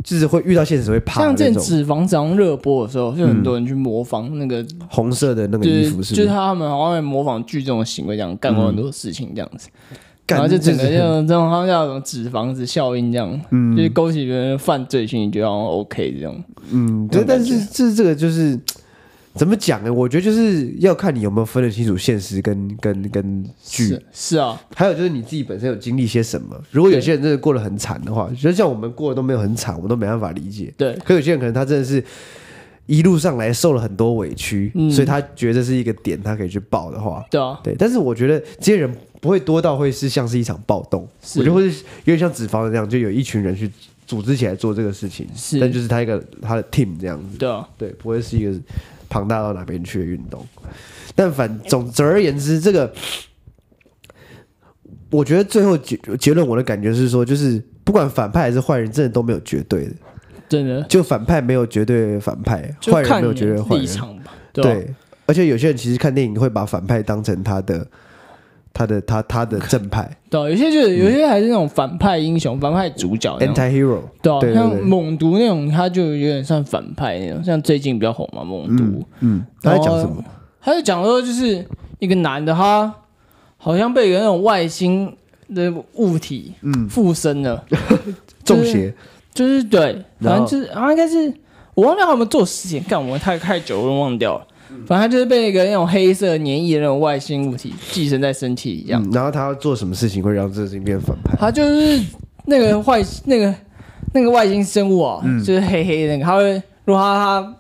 [SPEAKER 1] 就是会遇到现实会怕
[SPEAKER 2] 像
[SPEAKER 1] 的
[SPEAKER 2] 这
[SPEAKER 1] 那种
[SPEAKER 2] 脂肪子好像热播的时候，就很多人去模仿那个，
[SPEAKER 1] 红色的那个
[SPEAKER 2] 就
[SPEAKER 1] 衣
[SPEAKER 2] 是
[SPEAKER 1] 服，是
[SPEAKER 2] 就
[SPEAKER 1] 不是
[SPEAKER 2] 是他们好像也模仿剧这种行为，这样干过很多事情这样子，然
[SPEAKER 1] 干
[SPEAKER 2] 后就整个
[SPEAKER 1] 这
[SPEAKER 2] 这
[SPEAKER 1] 是
[SPEAKER 2] 种这种好像叫什么脂肪子效应这样，就是勾起别人的犯罪心理，觉得好像 OK 这种。
[SPEAKER 1] 嗯，对，
[SPEAKER 2] 那种感
[SPEAKER 1] 但是这这个就是怎么讲呢？我觉得就是要看你有没有分得清楚现实跟跟跟剧
[SPEAKER 2] 是，是啊，
[SPEAKER 1] 还有就是你自己本身有经历些什么。如果有些人真的过得很惨的话，就像我们过得都没有很惨，我都没办法理解。
[SPEAKER 2] 对，
[SPEAKER 1] 可有些人可能他真的是一路上来受了很多委屈，
[SPEAKER 2] 嗯
[SPEAKER 1] 所以他觉得这是一个点，他可以去爆的话，
[SPEAKER 2] 对啊，
[SPEAKER 1] 对。但是我觉得这些人不会多到会是像是一场暴动，
[SPEAKER 2] 是
[SPEAKER 1] 我觉得会是有点像脂肪的那样，就有一群人去组织起来做这个事情，
[SPEAKER 2] 是
[SPEAKER 1] 但就是他一个他的 team 这样子。
[SPEAKER 2] 对啊，
[SPEAKER 1] 对，不会是一个庞大到哪边去的运动。但反总总而言之，这个我觉得最后结结论，我的感觉是说，就是不管反派还是坏人，真的都没有绝对的，
[SPEAKER 2] 真的
[SPEAKER 1] 就反派没有绝对反派，
[SPEAKER 2] 就
[SPEAKER 1] 坏人
[SPEAKER 2] 看
[SPEAKER 1] 没有绝对坏
[SPEAKER 2] 立
[SPEAKER 1] 人。
[SPEAKER 2] 场吧，对啊
[SPEAKER 1] 对，而且有些人其实看电影会把反派当成他的。他的他他的正派
[SPEAKER 2] 对啊，有些就是
[SPEAKER 1] 嗯
[SPEAKER 2] 有些还是那种反派英雄、反派主角那种。
[SPEAKER 1] anti hero，
[SPEAKER 2] 对啊，
[SPEAKER 1] 对对对
[SPEAKER 2] 像猛毒那种，他就有点算反派那种，像最近比较红嘛，猛毒。
[SPEAKER 1] 嗯，他在讲什
[SPEAKER 2] 哦
[SPEAKER 1] 么？
[SPEAKER 2] 他就讲说，就是一个男的，他好像被一个那种外星的物体
[SPEAKER 1] 嗯
[SPEAKER 2] 附身了，
[SPEAKER 1] 中邪，
[SPEAKER 2] 就是对，
[SPEAKER 1] 然
[SPEAKER 2] 反
[SPEAKER 1] 后
[SPEAKER 2] 正就是啊，应该是我忘掉他们做实验，干我太太久了忘掉了。反正他就是被一个那种黑色黏液的那种外星物体寄生在身体里，这样、
[SPEAKER 1] 嗯然后他要做什么事情会让这个事情变反派？
[SPEAKER 2] 他就是那个坏那个那个外星生物啊，
[SPEAKER 1] 嗯
[SPEAKER 2] 就是黑黑的那个，他会如果他他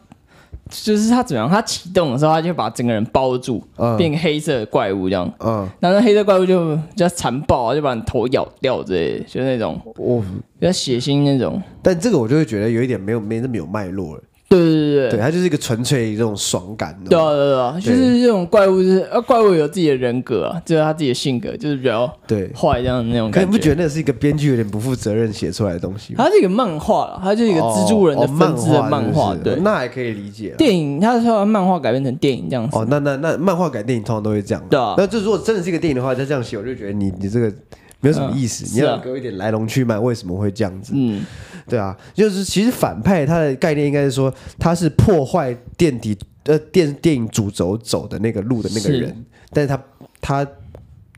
[SPEAKER 2] 就是他怎么样，他启动的时候，他就把整个人包住，
[SPEAKER 1] 嗯
[SPEAKER 2] 变个黑色的怪物这样。
[SPEAKER 1] 嗯，
[SPEAKER 2] 然后那黑色怪物就比较残暴啊，就把你头咬掉之类的，就是那种
[SPEAKER 1] 我
[SPEAKER 2] 比较血腥那种。
[SPEAKER 1] 但这个我就会觉得有一点没有没那么有脉络了，
[SPEAKER 2] 对对对
[SPEAKER 1] 对，
[SPEAKER 2] 对。
[SPEAKER 1] 它就是一个纯粹这种爽感，
[SPEAKER 2] 对啊，对啊，对啊就是这种怪物，就是呃，怪物有自己的人格啊，就是他自己的性格，就是比较
[SPEAKER 1] 对。
[SPEAKER 2] 坏这样的那种
[SPEAKER 1] 可
[SPEAKER 2] 感
[SPEAKER 1] 你
[SPEAKER 2] 觉。
[SPEAKER 1] 不觉得那是一个编剧有点不负责任写出来的东西吗？哦
[SPEAKER 2] 它是一个漫画了，它就是一个蜘蛛人的分支的漫
[SPEAKER 1] 哦
[SPEAKER 2] 画，
[SPEAKER 1] 哦是不是
[SPEAKER 2] 对。
[SPEAKER 1] 那还可以理解啦。啊
[SPEAKER 2] 电影，它是要漫画改编成电影这样子。
[SPEAKER 1] 哦，那那那漫画改电影通常都会这样啦。
[SPEAKER 2] 对啊
[SPEAKER 1] 那这如果真的是一个电影的话，再这样写，我就觉得你你这个没有什么意思。
[SPEAKER 2] 嗯
[SPEAKER 1] 你
[SPEAKER 2] 是
[SPEAKER 1] 要
[SPEAKER 2] 啊
[SPEAKER 1] 给我一点来龙去脉，为什么会这样子？
[SPEAKER 2] 嗯，
[SPEAKER 1] 对啊，就是其实反派他的概念应该是说，他是破坏电底呃电电影主轴走的那个路的那个
[SPEAKER 2] 是
[SPEAKER 1] 人，但是他他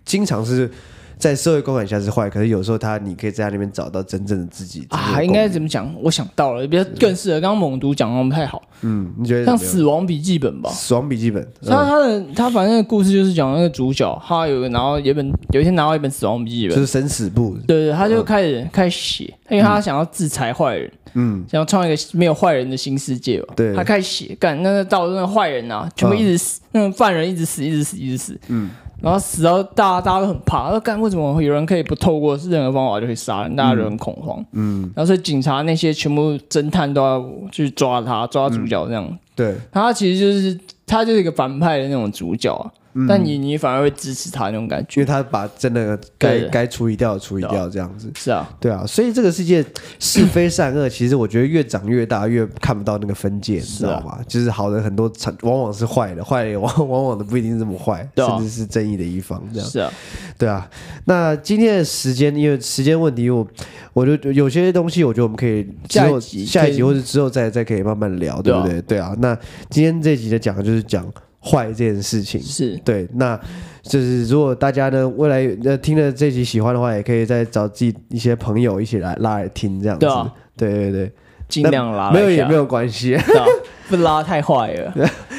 [SPEAKER 1] 经常是在社会观感下是坏，可是有时候他你可以在他那边找到真正的自己真正的
[SPEAKER 2] 啊，
[SPEAKER 1] 共
[SPEAKER 2] 应该
[SPEAKER 1] 鸣
[SPEAKER 2] 怎么讲？我想到了，比较更适合。刚刚猛毒讲的不太好，
[SPEAKER 1] 嗯，你觉得
[SPEAKER 2] 像《
[SPEAKER 1] 怎么样
[SPEAKER 2] 死亡笔记本》吧。
[SPEAKER 1] 死亡笔记本，
[SPEAKER 2] 他
[SPEAKER 1] 嗯、
[SPEAKER 2] 他的他反正故事就是讲那个主角，他有然后有一本有一天拿到一本死亡笔记
[SPEAKER 1] 就是
[SPEAKER 2] 本，
[SPEAKER 1] 生死簿，
[SPEAKER 2] 对对，他就开始开始写，因为他想要制裁坏人，
[SPEAKER 1] 嗯，
[SPEAKER 2] 想要创一个没有坏人的新世界吧。
[SPEAKER 1] 对嗯
[SPEAKER 2] 他开始写，干那那到那个坏人啊，全部一直死，那种犯人一直死，一直死，一直死，嗯，然后死到大家大家都很怕，说干为什么有人可以不透过任何方法就可以杀人，大家都很恐慌，嗯，然后所以警察那些全部侦探都要去抓他，抓主角这样，
[SPEAKER 1] 对，
[SPEAKER 2] 他其实就是他就是一个反派的那种主角啊，
[SPEAKER 1] 嗯
[SPEAKER 2] 但你你反而会支持他那种感
[SPEAKER 1] 因为
[SPEAKER 2] 觉，
[SPEAKER 1] 他把真的该
[SPEAKER 2] 对
[SPEAKER 1] 该处理掉的处理
[SPEAKER 2] 对啊
[SPEAKER 1] 掉这样子，
[SPEAKER 2] 是啊，
[SPEAKER 1] 对啊，所以这个世界是非善恶，其实我觉得越长越大，越看不到那个分界，你知
[SPEAKER 2] 啊
[SPEAKER 1] 道吗？就是好的很多， 往往是坏的，坏的也往往往的不一定这么坏，
[SPEAKER 2] 对啊
[SPEAKER 1] 甚至是正义的一方这样。
[SPEAKER 2] 是啊，
[SPEAKER 1] 对啊，那今天的时间，因为时间问题，我我就有些东西，我觉得我们可以之
[SPEAKER 2] 下一
[SPEAKER 1] 后
[SPEAKER 2] 集
[SPEAKER 1] 下一
[SPEAKER 2] 可
[SPEAKER 1] 集
[SPEAKER 2] 以
[SPEAKER 1] 或者之后再再可以慢慢聊，对
[SPEAKER 2] 对
[SPEAKER 1] 不
[SPEAKER 2] 啊
[SPEAKER 1] 对？对啊，那今天这集的讲的就是讲坏这件事情。
[SPEAKER 2] 是
[SPEAKER 1] 对，那就是如果大家呢未来呃听了这集喜欢的话，也可以再找自己一些朋友一起来拉来听这样子。
[SPEAKER 2] 对啊
[SPEAKER 1] 对对对
[SPEAKER 2] 尽量拉
[SPEAKER 1] 没有也没
[SPEAKER 2] 有，
[SPEAKER 1] 有关系，
[SPEAKER 2] 对 啊不拉太坏了，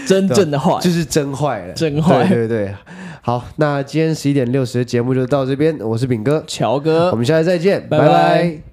[SPEAKER 2] 真正的坏，
[SPEAKER 1] 就是真坏了，
[SPEAKER 2] 真坏
[SPEAKER 1] 对对对，好，那今天十一点六十的节目就到这边，我是炳哥，
[SPEAKER 2] 乔哥
[SPEAKER 1] 我。们下次再见，
[SPEAKER 2] 拜
[SPEAKER 1] 拜
[SPEAKER 2] 拜
[SPEAKER 1] 拜